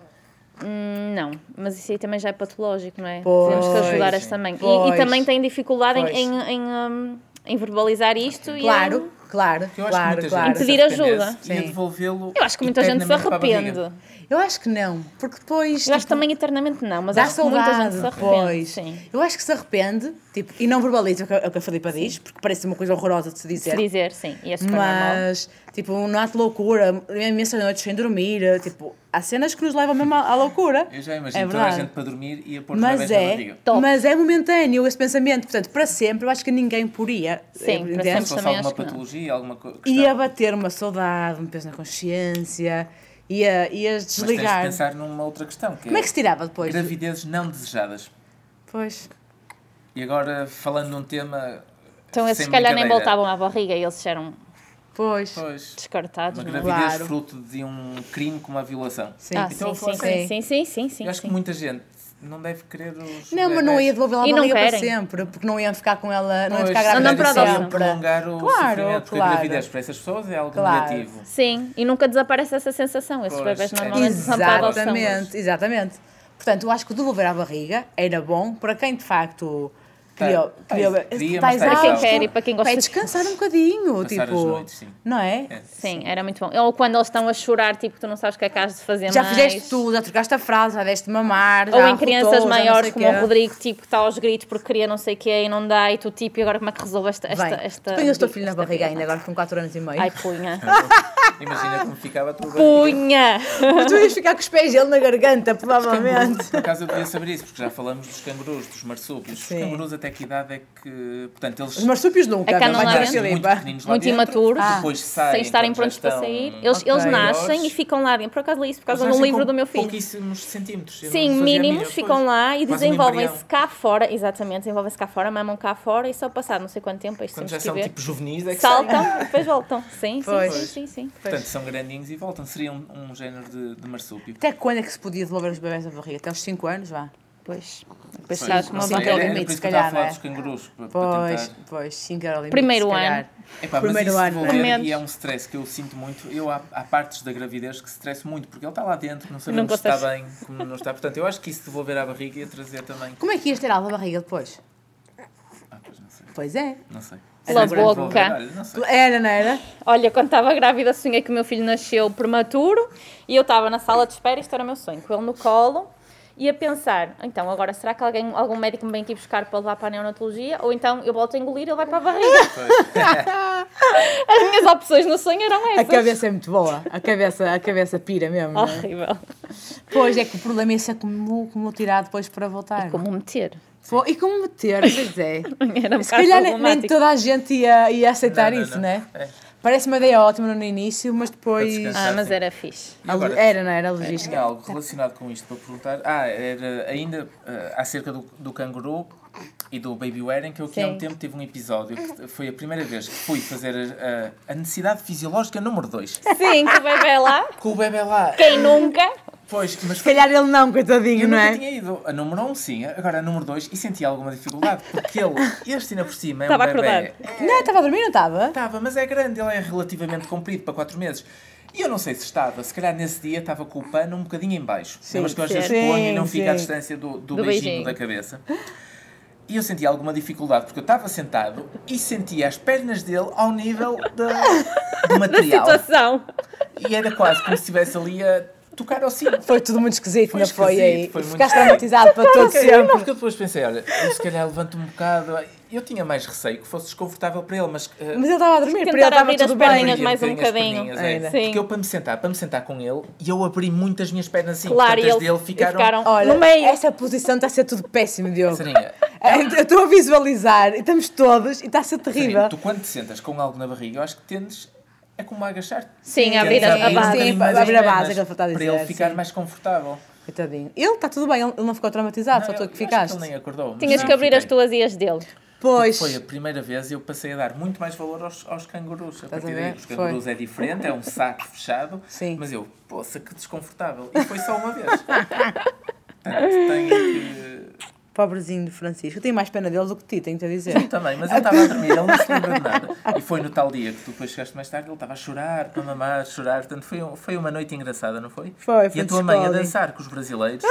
Hum, Não, mas isso aí também já é patológico, não é? Pois. Temos que ajudar Sim. esta mãe. E- E, Pois. também tem dificuldade em, Pois. em, em, hum, em verbalizar isto e em- Claro, claro, Eu acho que claro, muita claro. gente Pedir se arrependesse ajuda. E ia Sim. devolvê-lo. Eu acho que muita gente se eternamente para a barriga. arrepende. Eu acho que não, porque depois. Eu acho tipo, que também eternamente não, mas Dá acho que muita saudade, gente se arrepende. pois. Sim. Eu acho que se arrepende, tipo, e não verbaliza o que, o que a Filipa diz, porque parece uma coisa horrorosa de se Se dizer. dizer, sim. E acho que é normal. mas, tipo, um ato de loucura, imensas noites sem dormir, tipo, há cenas que nos levam mesmo à, à loucura. Eu já imagino É toda a verdade. gente para dormir e a pôr os bebés Mas na é, barriga. Top. mas é momentâneo esse pensamento, portanto, para sempre, eu acho que ninguém poria. Sim, para entendes? sempre. Se fosse também alguma acho que não. patologia, alguma coisa. Ia bater uma saudade, um peso na consciência, ia, ia Mas tens de desligar. pensar numa outra questão, que Como é que se tirava depois? gravidezes não desejadas. Pois. E agora, falando num tema. Então esses sem se calhar nem brincadeira. voltavam à barriga e eles eram Pois. Pois. descartados. Uma não é? gravidez Claro. fruto de um crime como a violação. Sim. Ah, Então, sim, eu sim, falo sim, assim. sim, sim, sim, sim. Eu acho que muita gente não deve querer os. Não, mas não bebés. ia devolver lá a E não barriga para querem. sempre, porque não iam ficar com ela, não é iam Pois, ficar Não grávida dão para para adoção. não sempre. um prolongar o Claro, sofrimento, porque claro. a gravidez para essas pessoas é algo Claro. negativo. Sim, e nunca desaparece essa sensação. Esses Pois, bebés é. normalmente são para adoção. Exatamente, exatamente. Portanto, eu acho que devolver à barriga era bom para quem de facto Tá, criou. tá, criou- queria, tá mas tá exausto. Para quem quer e para quem gosta de- descansar um bocadinho, Passar tipo. as noites, sim. Não é? É. Sim, era muito bom. Ou quando eles estão a chorar, tipo, tu não sabes o que é que has de fazer Já mais. fizeste tudo, já trocaste a frase, já deste mamar. Ou já em arrotou, crianças já não sei maiores, como o quê. Rodrigo, tipo, que está aos gritos porque queria não sei o quê e não dá, e tu, tipo, e agora como é que resolves esta... esta, Bem, esta tu punhas o teu esta filho na é? barriga birra? ainda, agora com 4 anos e meio. Ai, punha. Imagina como ficava a tua barriga. punha! Mas tu ias ficar com os pés dele na garganta, provavelmente. Por acaso eu devia saber isso, porque já falamos dos cangurus, dos marsúpios. Sim. Os cangurus até que idade é que. Portanto, eles Os marsúpios nunca, Acá não não vai lá ter assim dentro. essa muito limpa. pequeninos lá Muito dentro, imaturos, depois saem sem quando estarem já prontos para estão sair. Eles, Ok. eles nascem e maiores. ficam lá dentro. Por acaso li isso por causa Eles do nascem livro com do meu filho. Pouquíssimos centímetros. Eu não Sim, fazia a mínima, mínimos, pois. ficam lá e Quase um desenvolvem-se embrião. cá fora. Exatamente, desenvolvem-se cá fora, mamam cá fora e só passado não sei quanto tempo, é isto Quando temos já que são ver. tipo juvenis, é que saem. Saltam, depois voltam. Sim, sim, Pois. sim, sim, sim. Portanto, são grandinhos e voltam. Seria um, um género de, de marsúpio. Até quando é que se podia devolver os bebés à barriga? Até aos 5 anos, vá. Pois. Pois, Depois sabes como não a sei, barriga era- ao era barriga. limite, é, por isso se que eu estava calhar, a falar não é? dos cangurus. Para, para Pois, tentar. pois, 5 era o limite, Primeiro se ano. calhar. Epá, Primeiro mas isso ano, de não é? volver, Menos. e é um stress que eu sinto muito. Eu, há, há partes da gravidez que stress muito, porque ele está lá dentro, não sabemos Não se está consegues. bem, como não está. Portanto, eu acho que isso de devolver à barriga ia trazer também. Como é que ias ter algo à barriga depois? Ah, pois não sei. Pois é. Não sei. Pela Se devolver, boca. olha, não sei. Era, não era? Olha, quando estava grávida, sonhei que o meu filho nasceu prematuro e eu estava na sala de espera, isto era o meu sonho, com ele no colo e a pensar, então agora será que alguém, algum médico me vem aqui buscar para levar para a neonatologia ou então eu volto a engolir e ele vai para a barriga? As minhas opções no sonho eram A essas. Oh. cabeça é muito boa. A cabeça, a cabeça pira mesmo. não é? Horrível. Pois, é que o problema é esse é como, como tirar depois para voltar. E como meter? Pô, e como meter, pois é. Era um Se bocado calhar nem- nem problemático. toda a gente ia, ia aceitar Não, não, isso, não. né? É. Parece uma ideia ótima no início, mas depois. Para descansar. Ah, mas era fixe. E A lo- agora, é. Era, não era a tinha logística. algo relacionado com isto para perguntar. Ah, era ainda eh, acerca do, do canguru e do baby wearing, que eu aqui há um Sim. tempo tive um episódio que foi a primeira vez que fui fazer eh, a necessidade fisiológica número 2. Sim, que o bebê lá. Com o bebê lá. Quem nunca? Pois, mas Se calhar ele não, coitadinho, Eu não nunca é? tinha ido. A número 1, um, sim. Agora a número 2, e senti alguma dificuldade. Porque ele, este ainda por cima, é um Estava a bebê. Não, estava a dormir, não estava? Estava, mas é grande. Ele é relativamente comprido, para 4 meses. E eu não sei se estava. Se calhar nesse dia estava com o pano um bocadinho em baixo. Sim, mas que eu às vezes sim. ponho e não Sim, fica à sim. distância do, do, Do beijinho beijinho. da cabeça. E eu senti alguma dificuldade, porque eu estava sentado e sentia as pernas dele ao nível da- do Da material. situação. E era quase como se estivesse ali a tocar ao cinto. Foi tudo muito esquisito, Foi ainda foi esquisito, aí. foi muito Ficaste esquisito. traumatizado para todo Porque- sempre. é Porque eu depois pensei, olha, eu se calhar levanto-me um bocado. Eu tinha mais receio que fosse desconfortável para ele, mas. eh, Mas ele estava a dormir, para ele Tentar estava abrir as tudo bem. perninhas mais um abri as bocadinho. perninhas, é. Ainda. Sim. Porque eu para me sentar, para me sentar com ele, e eu abri muito as minhas pernas assim, Claro, portanto, e as eles dele ficaram. ficaram- Olha, No meio. essa posição está a ser tudo péssimo, Diogo. É, Sarinha, Eu estou a visualizar, e estamos todos, e está a ser terrível. Sarinha, tu quando te sentas com algo na barriga, eu acho que tendes. É como a agachar-te. Sim, Tendes abrir a- a um base. bocadinho Sim, mais abrir as a base, pernas, é que ele está a Para dizer, ele ficar sim. mais confortável. Coitadinho. Ele está tudo bem, ele ele não ficou Ah, traumatizado, só eu- tu é eu que acho ficaste. Ele nem acordou. mas Tinhas sim, que abrir as fiquei. tuas e as dele. Pois. Foi a primeira vez e eu passei a dar muito mais valor aos, aos cangurus. A Estás a partir daí, ver? os cangurus é diferente, é um saco fechado, Sim. mas eu, poça, que desconfortável. E foi só uma vez. Portanto, tenho que. Pobrezinho do Francisco. Eu tenho mais pena dele do que ti, tenho-te a dizer. Eu também, mas ele estava a dormir, ele não se lembra de nada. E foi no tal dia que tu depois chegaste mais tarde, ele estava a chorar, para mamar, a chorar. Portanto, foi, um- foi uma noite engraçada, não foi? Foi, E foi a tua mãe a descola. dançar com os brasileiros.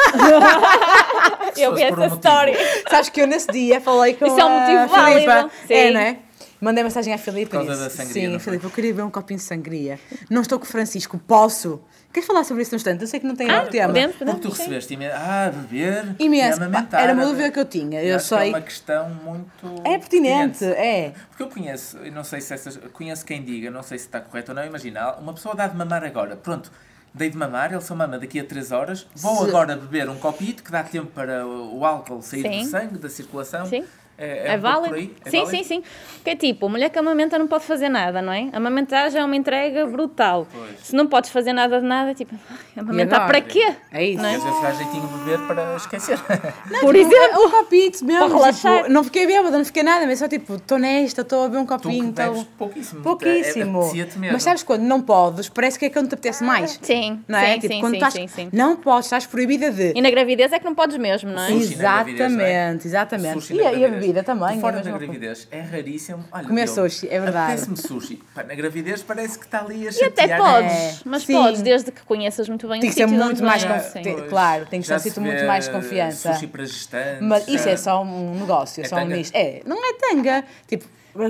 Se Eu fosse vi por um motivo. essa história. Sabes que eu nesse dia falei com Isso é um a motivo válido. Filipa. É, Sim. não é? Mandei mensagem à Filipa. Por causa e da disse, sangria, Sim, não foi? Filipa, eu queria beber um copinho de sangria. Não estou com o Francisco, posso? Queres falar sobre isso num instante? Eu sei que não tem ah, tema. podemos, Porque tu podemos, sim. recebeste imenso. Ah, beber. Imenso. e Pá, amamentar. Era uma dúvida que eu tinha. Eu é? acho que É sei. uma questão muito. É pertinente, é. Porque eu conheço, eu não sei se essas. Conheço quem diga, não sei se está correto ou não, imagina, uma pessoa dá de mamar agora, pronto. Dei de mamar, ele só mama daqui a 3 horas. Vou Se- agora beber um copito que dá tempo para o o álcool sair Sim. do sangue, da circulação. Sim. É, é, É, um pouco válido? por aí? É sim, válido? sim, sim. Porque é tipo, a mulher que amamenta não pode fazer nada, não é? Amamentar já é uma entrega brutal. Pois. Se não podes fazer nada de nada, é tipo, ai, E amamentar agora? para quê? É isso. E às vezes dá jeitinho de beber para esquecer. Por exemplo. Um copito mesmo. Para relaxar. tipo, não fiquei bêbada, não fiquei nada, mas só tipo, estou nesta, estou a beber um tu que copinho. então, tô- bebes pouquíssimo. Pouquíssimo. É, te mesmo. mas sabes quando não podes, parece que é quando te apetece mais. Sim, Não é? Ah, sim, tipo, sim, quando sim, estás, sim, sim. Não podes, estás proibida de. E na gravidez é que não podes mesmo, não é? Sim. Sushi na Exatamente, gravidez, não é? exatamente. Sushi E na a, e a gravidez. bebida também. E é a Fora da mesma coisa. gravidez, é raríssimo. Olha, Comer Diogo, sushi, é verdade. Apetece-me sushi. Pá, na gravidez parece que está ali a E até chatear. né? podes, mas é. Sim. podes, desde que conheças muito bem Tem o que ser sítio de muito onde é. mais vem. conf- Sim. te- claro, tem que ser Já um sítio muito vê mais de confiança. Sushi para gestantes. Mas isso já- é só um negócio, é É só um tanga. nicho. É, não é tanga. Tipo,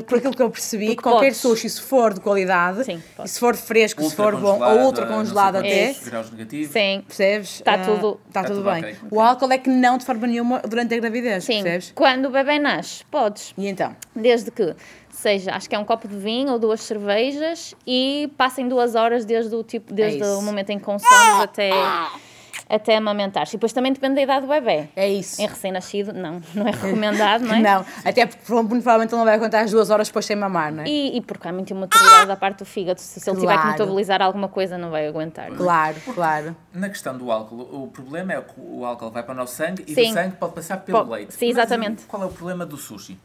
por aquilo que eu percebi, Porque qualquer podes. sushi, se for de qualidade, Sim, e podes. se for fresco, se for bom, ou Ultracongelada, outro não sei congelado quantos até, É. Graus negativos. Sim. percebes? Está Ah, Tá tudo- Está Está tudo tá tudo bem. ok, ok. O álcool é que não de forma nenhuma durante a gravidez, Sim. percebes? Quando o bebê nasce, podes. E então? Desde que seja, acho que é um copo de vinho ou duas cervejas e passem duas horas desde o, tipo, desde É isso. o momento em que consomes até, até amamentar. E depois também depende da idade do bebê. É isso. Em recém-nascido, não, não é recomendado, não é? Não, até porque provavelmente ele não vai aguentar as duas horas depois sem mamar, não é? E, e porque há muita imaturidade da parte do fígado, se, se ele tiver que Claro. metabolizar alguma coisa, não vai aguentar. não é? Claro, claro. Na questão do álcool, o problema é que o álcool vai para o nosso sangue e Sim. do sangue pode passar pelo Po- leite. Sim, Mas exatamente. e qual é o problema do sushi?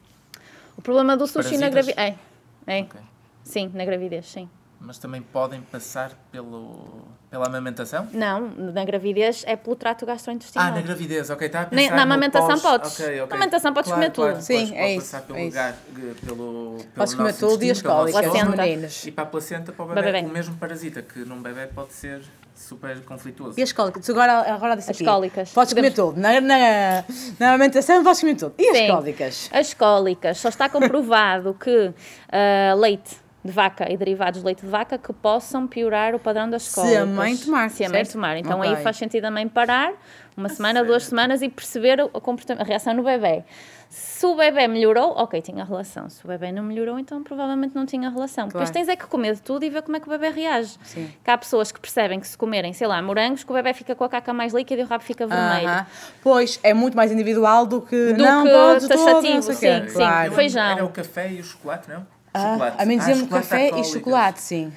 O problema do sushi na Parasitas? gravidez. É, é. Ok. Sim, na gravidez, sim. Mas também podem passar pelo, pela amamentação? Não, na gravidez é pelo trato Ah, gastrointestinal. na gravidez, ok, está a Nem- pensar na no amamentação pós- podes. ok, ok. Na amamentação podes Claro, comer claro, tudo. podes- Sim, é podes isso, Passar pelo é isso. gar- pelo, pelo Podes comer nosso tudo e é as intestino, pelo nosso cólicas, os Placenta. meninos. E para a placenta, para o Para bebê, o bebé. o mesmo parasita, que num bebê pode ser super conflituoso. E as cólicas? Agora, agora disse As aqui. cólicas. Podes comer tudo. Na, na, na amamentação podes comer tudo. E as Sim. cólicas? As cólicas. Só está comprovado que ah, leite de vaca e derivados de leite de vaca que possam piorar o padrão das Se cólicas. a mãe tomar, Se a mãe certo? tomar. Então Ok. Ah, aí faz sentido a mãe parar uma semana, duas semanas e perceber o- o comportam- a reação no bebê. Se o bebê melhorou, ok, tinha relação. Se o bebê não melhorou, então provavelmente não tinha relação. Depois Claro. tens é que comer de tudo e ver como é que o bebê reage. Sim. Que há pessoas que percebem que se comerem, sei lá, morangos, que o bebê fica com a caca mais líquida e o rabo fica vermelho. Aham. Pois, é muito mais individual do que. Do não, que podes todo, taxativo, não sei o quê. sim, sim. Claro. Foi- Feijão. Era o café e o chocolate, não? Ah, Chocolate. a mim dizia-me chocolate café há e cólicas. chocolate, sim.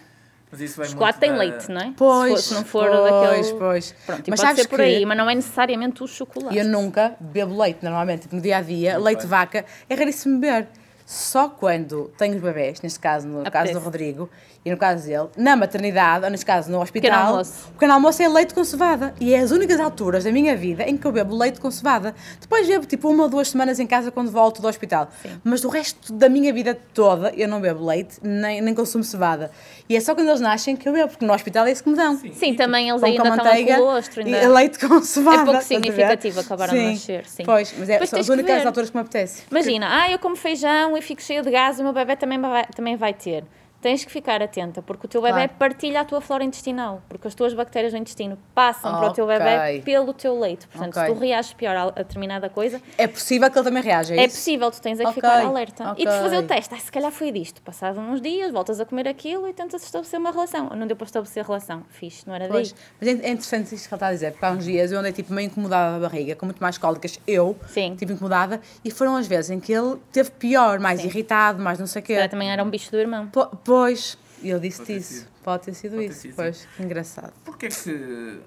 Mas isso vai Chocolate muito tem da- leite, não é? Pois, Se, for, se não for pois, daquele. pois. Pronto, Mas mas pode sabes ser por que- aí, mas não é necessariamente o chocolate. E eu nunca bebo leite, normalmente, tipo, no dia a dia, leite de vaca, é raríssimo beber. Só quando tenho os bebés, neste caso, no caso do Apetece. Rodrigo e no caso dele, na maternidade, ou neste caso no hospital, almoço. o pequeno almoço é leite com cevada. E é as únicas alturas da minha vida em que eu bebo leite com cevada. Depois bebo tipo uma ou duas semanas em casa quando volto do hospital. Mas do resto da minha vida toda eu não bebo leite nem, nem consumo cevada. E é só quando eles nascem que eu bebo, porque no hospital é isso que me dão. Sim, também eles Pão ainda com estão a manteiga colostro. e Ainda... leite com cevada. É pouco estás a ver? significativo, acabaram de Sim. nascer, sim. Pois, mas é, Depois são tens as que únicas ver. alturas que me apetece. Imagina, ah, eu como feijão e fico cheia de gás e o meu bebê também vai, também vai ter. Tens que ficar atenta, porque o teu bebê Claro. partilha a tua flora intestinal, porque as tuas bactérias do intestino passam para o teu Ok. bebê pelo teu leite. Portanto, se Ok. tu reages pior a a determinada coisa, É possível que ele também reaja, é É isso? possível, tu tens é que Ok, ficar alerta. E ok. de fazer o teste, ah, se calhar foi disto. Passavam uns dias, voltas a comer aquilo e tentas estabelecer uma relação. Não deu para estabelecer relação. Fixe, não era Pois. daí. Mas é é interessante isto que ele está a dizer, porque há uns dias eu andei tipo meio incomodada da barriga, com muito mais cólicas, eu, Sim. tipo incomodada, e foram as vezes em que ele teve pior, mais irritado, mais não sei o quê. Se calhar também era um bicho do irmão. Po- Pois, eu disse-te Pode ter isso. sido. Pode ter sido Pode ter isso. sido, pois, que engraçado. Porquê que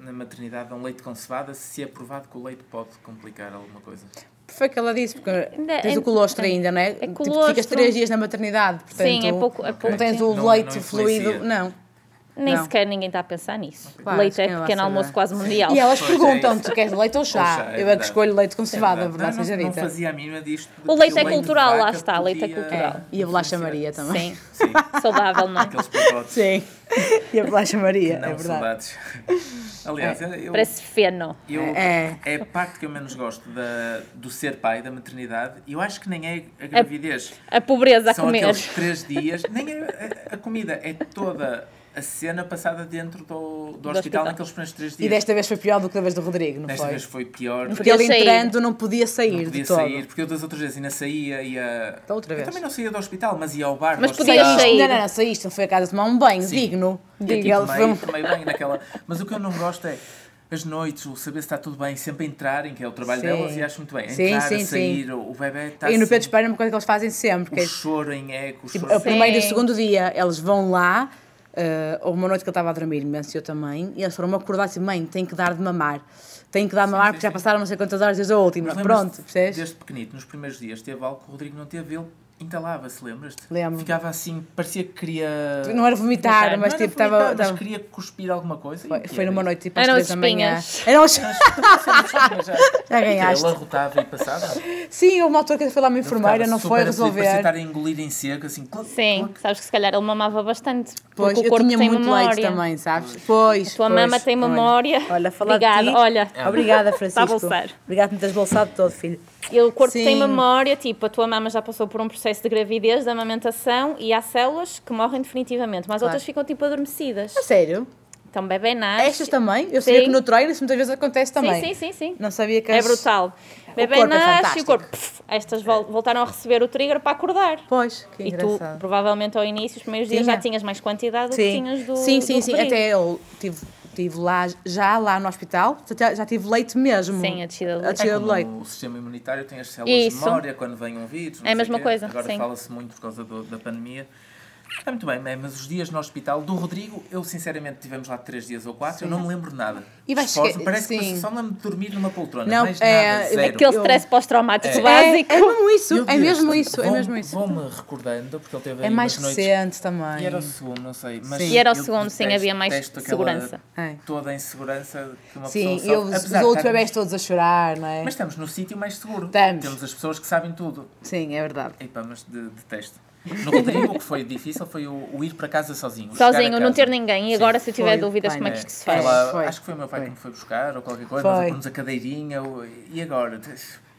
na maternidade dão leite com cevada se é provado que o leite pode complicar alguma coisa? Foi o que ela disse, porque Ainda- tens é- o colostro ainda, não é? Tipo, ficas colostro. três dias na maternidade, portanto. Sim, é pouco- é pouco, Não tens o sim. Não- leite não influencia. fluido, não. Nem Não. sequer ninguém está a pensar nisso. Claro, Leite quem é lá pequeno saberá. almoço quase mundial. E elas Pois, é perguntam-te, isso. tu queres leite ou chá? Ou chá, é eu é que verdade. esolho leite com é cevada, a Não, verdade não, seja não dita. fazia a mínima disto. de O que leite é de cultural, lá vaca está, o leite é podia cultural. E a bolacha influenciar. Maria também. Sim, Sim, saudável, não é? aqueles pacotes Sim. E a bolacha Maria, não é verdade. saudados. Aliás, eu, É, Parece feno. eu, É. é. a parte que eu menos gosto da, do ser pai, da maternidade. Eu acho que nem é a gravidez. A pobreza a São comer. aqueles três dias. Nem é a, a comida, é toda a cena passada dentro do, do, hospital, hospital. naqueles primeiros três dias. E desta vez foi pior do que da vez do Rodrigo, não Desta foi? vez foi pior. Porque Podia ele sair. entrando não podia sair Não podia de todo. sair, porque eu das outras vezes ainda saía, ia. Da outra vez. Eu também não saía do hospital, mas ia ao bar. Mas do podia hospital. sair. Não, não, não, saíste, ele foi a casa tomar um banho digno. E tipo, aqui Diga, ele foi tomei, um- tomei bem naquela. Mas o que eu não gosto é as noites, o saber se está tudo bem, sempre entrarem, que é o trabalho Sim. delas, e acho muito bem. Sim, Entrar, sim, sim. a sair, o bebê está. E no assim, pé de espera é uma coisa que eles fazem sempre. Que o é, choro em eco, o tipo, choro o primeiro e o Sim. segundo dia, eles vão lá. eh, houve uma noite que eu estava a dormir imenso, eu também, e eles foram-me acordar assim: mãe, tem que dar de mamar. Tem que dar de mamar porque já passaram não sei quantas horas desde a última. Mas lembras-te Pronto, percebes? Desde pequenito, nos primeiros dias, teve algo que o Rodrigo não teve, ele entalava-se, lembras-te? Lembro. Ficava assim, parecia que queria. Não era vomitar, mas não era tipo, vomitar, estava. Mas estava- queria cuspir alguma coisa. Foi, foi numa noite tipo às Eram três da manhã. espinhas. Eram os... Já, Já ganhaste. Ele arrotava e passava. Sim, houve uma altura que eu fui lá uma enfermeira, Ele não ficava foi super aflito, Parecia estar resolver. a engolir em seco, assim. clac, Sim, sabes que se calhar ele mamava bastante. Pois, porque o eu corpo tinha tem muito memória. leite também, sabes? Pois. A tua pois, mama tem olha. memória. Olha, falar Obrigada, de ti. É. olha. Obrigada, Está a Francisco. bolsar. Obrigada por me teres bolsado todo, filho. E o corpo tem Sim. memória, tipo, a tua mama já passou por um processo de gravidez, de amamentação, e há células que morrem definitivamente, mas outras ficam, tipo, adormecidas. A sério? Então, bebê nasce... Estas também? Eu sabia Sim. que no treino isso muitas vezes acontece Sim, também. sim, sim, sim. Não sabia que É as- brutal. Bebê corpo é nasce e o fantástico. corpo... pff, estas vol- voltaram a receber o trigger para acordar. Pois, que E tu, engraçado. provavelmente, ao início, os primeiros dias, Tinha. já tinhas mais quantidade do que tinhas Sim, do sim, sim, do sim. Rodrigo. até eu tive, tive lá, já lá no hospital, já, já tive leite mesmo. Sim, a descida de A leite. É descida de como leite. o sistema imunitário tem as células Isso. de memória quando vem um vírus. não É a sei mesma quê. coisa, Agora sim. fala-se muito por causa do- da pandemia. Está muito bem, né? mas os dias no hospital do Rodrigo, eu sinceramente tivemos lá três dias ou quatro, eu não me lembro de nada. E vais Esforço, esque- Parece que sim. só me lembro de dormir numa poltrona. Não, mais é- nada, zero. Aquele Eu- stress pós-traumático básico. É, é mesmo Eu isso, é digo, mesmo isso, é vou- mesmo isso. Vou-me recordando, porque ele teve É aí mais umas noites recente também. E era o segundo, não sei. Mas Sim. E era o eu segundo, sim, havia mais detesto aquela segurança. É. Toda a insegurança que uma Sim, pessoa e eu sofre. os Apesar de outros estarmos- bebés todos a chorar, não é? Mas estamos no sítio mais seguro. Estamos. Temos as pessoas que sabem tudo. Sim, é verdade. Epá, mas de, detesto. No Rodrigo, o que foi difícil foi o, o ir para casa sozinho. Sozinho, não ter ninguém. E agora, se eu tiver Foi, dúvidas, bem, como é é. que isto se É. faz? Ela, Foi. Acho que né? foi o meu pai Foi. que me foi buscar ou qualquer coisa. Foi. Nós pomos a cadeirinha ou- e agora? Tá,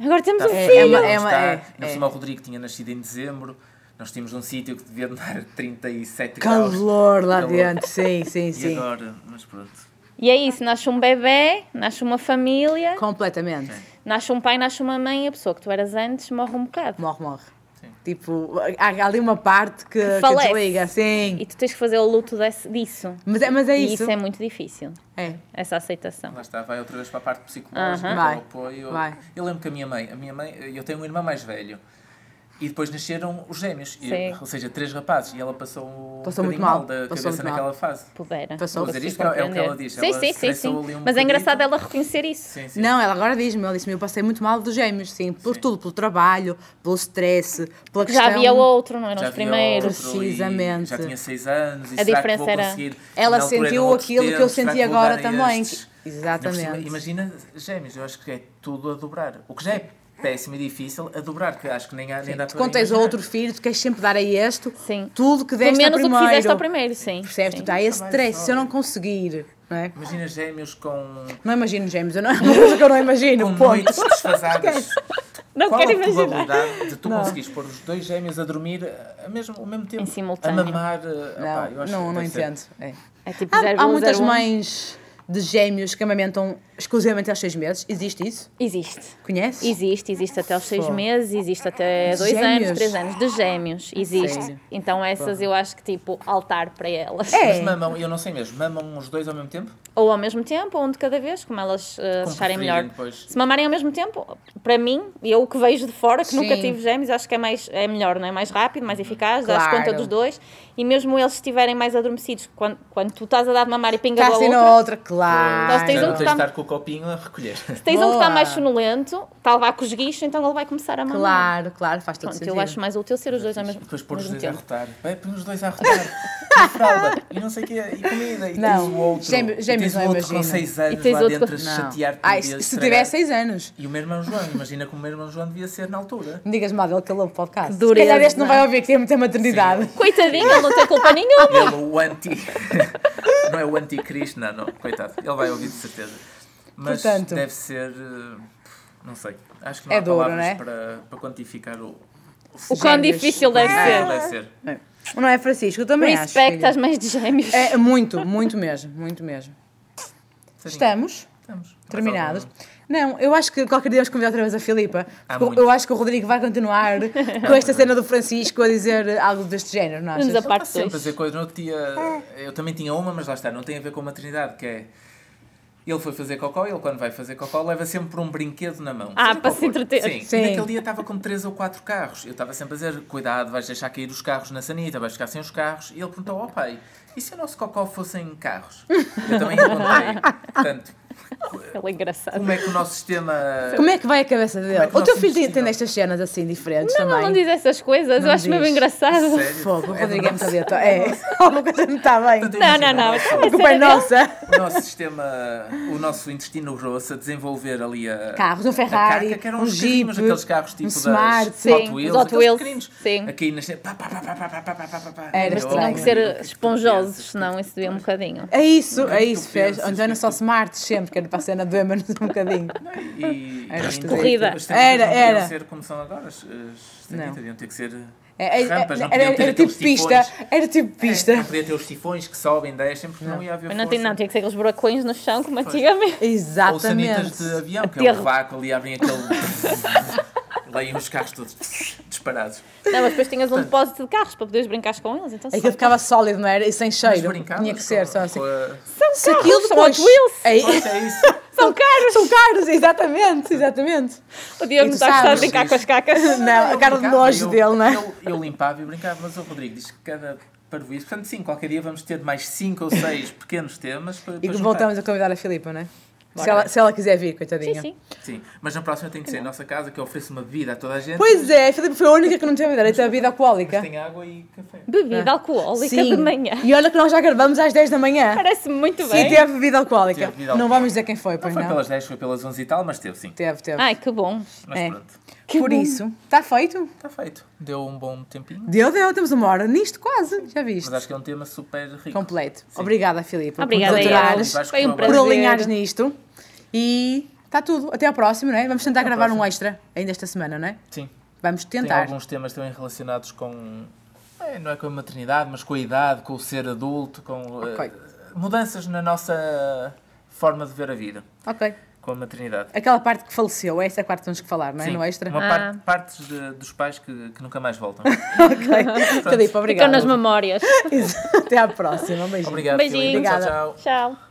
Agora temos um Está é filho. uma- não é uma- está. é- tá, Ainda por é. cima, o Rodrigo tinha nascido em dezembro. Nós tínhamos um sítio que devia dar 37 graus. Calor lá Calor. dentro, sim, sim, E sim. agora, mas pronto. E é isso, nasce um bebê, nasce uma família, Completamente. nasce um pai, nasce uma mãe e a pessoa que tu eras antes morre um bocado. Morre, morre. Sim. Tipo, há há ali uma parte que, que, falece. desliga, sim. E tu tens que fazer o luto desse- disso. Mas, é, mas é E isso. isso é muito difícil, É. essa aceitação. Lá está, vai outra vez para a parte psicológica, Aham. para Vai, o apoio. vai. Eu lembro que a minha mãe, a minha mãe, eu tenho um irmão mais velho. E depois nasceram os gêmeos, e- Sim. ou seja, três rapazes, e ela passou, um Passou muito bocadinho mal, passou da cabeça muito mal. naquela fase. Pudera. Passou. Vou dizer Consigo isto, que é o que ela compreender. diz. Sim, ela sim, sim, sim. estressou ali um Mas é bocadinho. engraçado ela reconhecer isso. Sim, sim. Não, ela agora diz-me, ela disse-me, eu passei muito mal dos gêmeos, sim, por tudo, pelo trabalho, pelo stress, pela Já questão... havia outro, não eram Já os havia primeiros. outro e Precisamente. Já tinha seis anos. E será A que diferença vou era- conseguir? Ela Na altura sentiu eram outros aquilo que eu tempos, será senti vou agora dar a também. estes? Ainda por cima, Exatamente. Imagina gêmeos, eu acho que é tudo a dobrar. O que já é péssimo e difícil a dobrar, que acho que nem, há, nem dá Tu para contas a imaginar. outro filho, tu queres sempre dar a este Sim. tudo que Pelo deste menos ao o que primeiro. fizeste ao primeiro, sim. Percebes? Tá sim. Tu dá esse Trabalho stress, se eu só. não conseguir, não é? Imagina gêmeos com, Não imagino gêmeos, eu não, é uma coisa que eu não com imagino, ponto. noites desfasadas. Não Qual é quero a imaginar. probabilidade de tu conseguires pôr os dois gêmeos a dormir eh, ao mesmo, ao mesmo tempo? Em simultâneo. A mamar. eh, opá, eu Não, acho não, que não deve ser- entendo. É. É tipo Há, há 0,01. muitas mães de gêmeos que amamentam exclusivamente aos seis meses, existe isso? Existe. Conheces? Existe, existe até aos seis Fogo. meses, existe até De dois gêmeos? anos, três anos, de gêmeos, existe. Sério? Então essas eu acho que tipo altar para elas. É. Mas mamam, eu não sei mesmo, mamam os dois ao mesmo tempo? Ou ao mesmo tempo, ou um de cada vez, como elas eh, Como acharem preferirem melhor. depois. Se mamarem ao mesmo tempo, para mim, eu que vejo de fora, que nunca Sim. tive gêmeos, acho que é, mais, é melhor, não é? Mais rápido, mais eficaz, dás Claro. conta dos dois. E mesmo eles estiverem mais adormecidos, quando, quando tu estás a dar de mamar e pinga Está a assim outra, na outra, claro. Nós tens Já um não tens que de tá- estar com o copinho a recolher. tens um que está Boa. mais sonolento, está a levar com os guichos, então ele vai começar a mamar. Claro, claro, faz todo Pronto, sentido. eu acho mais útil ser os dois ao E mesmo, depois pôr os mesmo dois a tempo. rotar. Vai, põe os dois a rotar. e fralda. E não sei o quê. E comida. E Não. tens o outro. Gêmeo- e gêmeos tens o não outro imagino. com 6 anos tens lá outro com- dentro a Não. chatear-te. um Ai, e a se, se estragar. tiver seis anos. E o meu irmão João. Imagina como o meu irmão João devia ser na altura. Me digas mal dele que ele ouve podcast. Se dureza. calhar este não é? vai ouvir que tem muita maternidade. Coitadinho, ele não tem culpa nenhuma. Ele, o anti... não é o anti-Krishna, não. Coitado. Ele vai ouvir de certeza. Mas Portanto. deve ser... eh, Não sei. Acho que não É há duro, palavras não é? para, para quantificar o... O quão Gêmeos. difícil deve Ele ser. deve ser. Não é, Francisco? Eu também acho. Respeito filha. às mães de gêmeos. É muito, muito mesmo, muito mesmo. Estamos Estamos. Mais terminados. algum? Não, eu acho que qualquer dia vamos convidar outra vez a Filipa. Há porque muito. eu acho que o Rodrigo vai continuar com esta cena do Francisco a dizer algo deste género, não Vamos achas? a Há parte tá sempre a 2. dizer coisas. No outro dia, eh, eu também tinha uma, mas lá está, não tem a ver com maternidade, que é. Ele foi fazer cocó, ele quando vai fazer cocó leva sempre um brinquedo na mão. Ah, Seja para qual se for. entreter. Sim. Sim. E naquele dia estava com três ou quatro carros. Eu estava sempre a dizer, cuidado, vais deixar cair os carros na sanita, vais ficar sem os carros. E ele perguntou ao pai, e se o nosso cocó fossem carros? Eu também lhe contei. Portanto, Ele é engraçado. como é que o nosso sistema... Como é que vai a cabeça dele? é que o teu nós filho tem, somos tem destas cenas assim diferentes Não, também. não diz essas coisas, eu Não acho mesmo diz. engraçado. Sério? Fogo, o É do Rodrigo é muito nosso- aleatório. É, alguma coisa não está bem. Portanto, Não, imagina, não, não. o nosso- Então, A mas culpa é sério? nossa. o nosso sistema, o nosso intestino grosso a desenvolver ali a. Carros, um a Ferrari, carca, que eram um uns carrinhos, Jeep, aqueles carros tipo um das Smart, Hot sim, Wheels, os Hot aqueles Wheels, pequeninos. sim. Aqui nas. Pá, pá, pá, pá, pá, pá, pá, pá, pá, pá. Era Era Tinham estranho. que horrível. ser O que é que tu esponjosos, pensas? senão isso doía um bocadinho. É isso, é que tu isso, fez. pensas, Então era o que só é que tu- smarts sempre, que era para a cena doer-nos um bocadinho. E, Era e, esquisito. Corrida. As sanitas Era, não podiam era. ser como são agora. As, as Não. sanitas deviam ter que ser. eh, É, é, rampas, não era- podiam era, ter era aqueles tipo pista, tifões. era tipo pista. É, Não podia ter os tifões que sobem, descem, porque não, ia haver Mas força. não, tem, não, tinha que ser aqueles buracões no chão, como antigamente. Ou sanitas Exatamente. de avião, que é Aterro. o vácuo ali, abrem aquele. Leem os carros todos disparados. Não, mas depois tinhas um depósito de carros para poderes brincar com eles. Então, É que ele ficava sólido, não era? E sem Mas cheiro. brincavas Tinha que ser, com- só assim. com a- Se aquilo são Hot Wheels. É, Pois é isso. são caros! São caros, exatamente, exatamente. o Diogo E não tu está a gostar de sabes brincar com as isso. cacas. Não, a Eu cara de brincava, nojo eu- dele, não é? Eu, eu limpava e brincava, mas o Rodrigo diz que cada parvoíce. Portanto, sim, qualquer dia vamos ter mais cinco ou seis pequenos temas para, E para juntar. voltamos a convidar a Filipa, não é? Se ela, se ela quiser vir, coitadinha. Sim, sim. Sim, mas na próxima tem que ser em nossa casa, que eu ofereço uma bebida a toda a gente. Pois é, a Filipa foi a única que não teve direito à vida alcoólica. Tem água e café. Bebida alcoólica de manhã. E olha que nós já gravamos às 10 da manhã. Parece-me muito E bem. teve bebida alcoólica. Teve bebida Não alcoólica. vamos dizer quem foi, Não pois foi não. pelas 10, foi pelas 11 e tal, mas teve sim. Teve, teve. Ai, que bom. Mas É. pronto, Por isso, está feito. está feito. Deu um bom tempinho, Deu, deu, temos uma hora nisto quase, já viste? mas acho que é um tema super rico. Completo. Obrigada, Filipe, Obrigada, por, Muito Diogo. desatorares, obrigado. Foi um Por por prazer. alinhares nisto. tá E está tudo. Até ao próximo, não é? Vamos tentar gravar um extra ainda esta semana, não é? Sim. Vamos Tem tentar. alguns temas também relacionados com. eh, Não é com a maternidade, mas com a idade, com o ser adulto, com. eh, Ok. Mudanças na nossa forma de ver a vida, Ok. com a maternidade. Aquela parte que faleceu, é essa parte que temos que falar, não é? Sim, No extra. Uma Ah. parte, partes de- dos pais que, que nunca mais voltam. Ok. Filipe, Ficam obrigada. nas memórias. Até à próxima. Um beijinho. Obrigado, Beijinho. Filipe. Tchau, Obrigada. tchau. Tchau.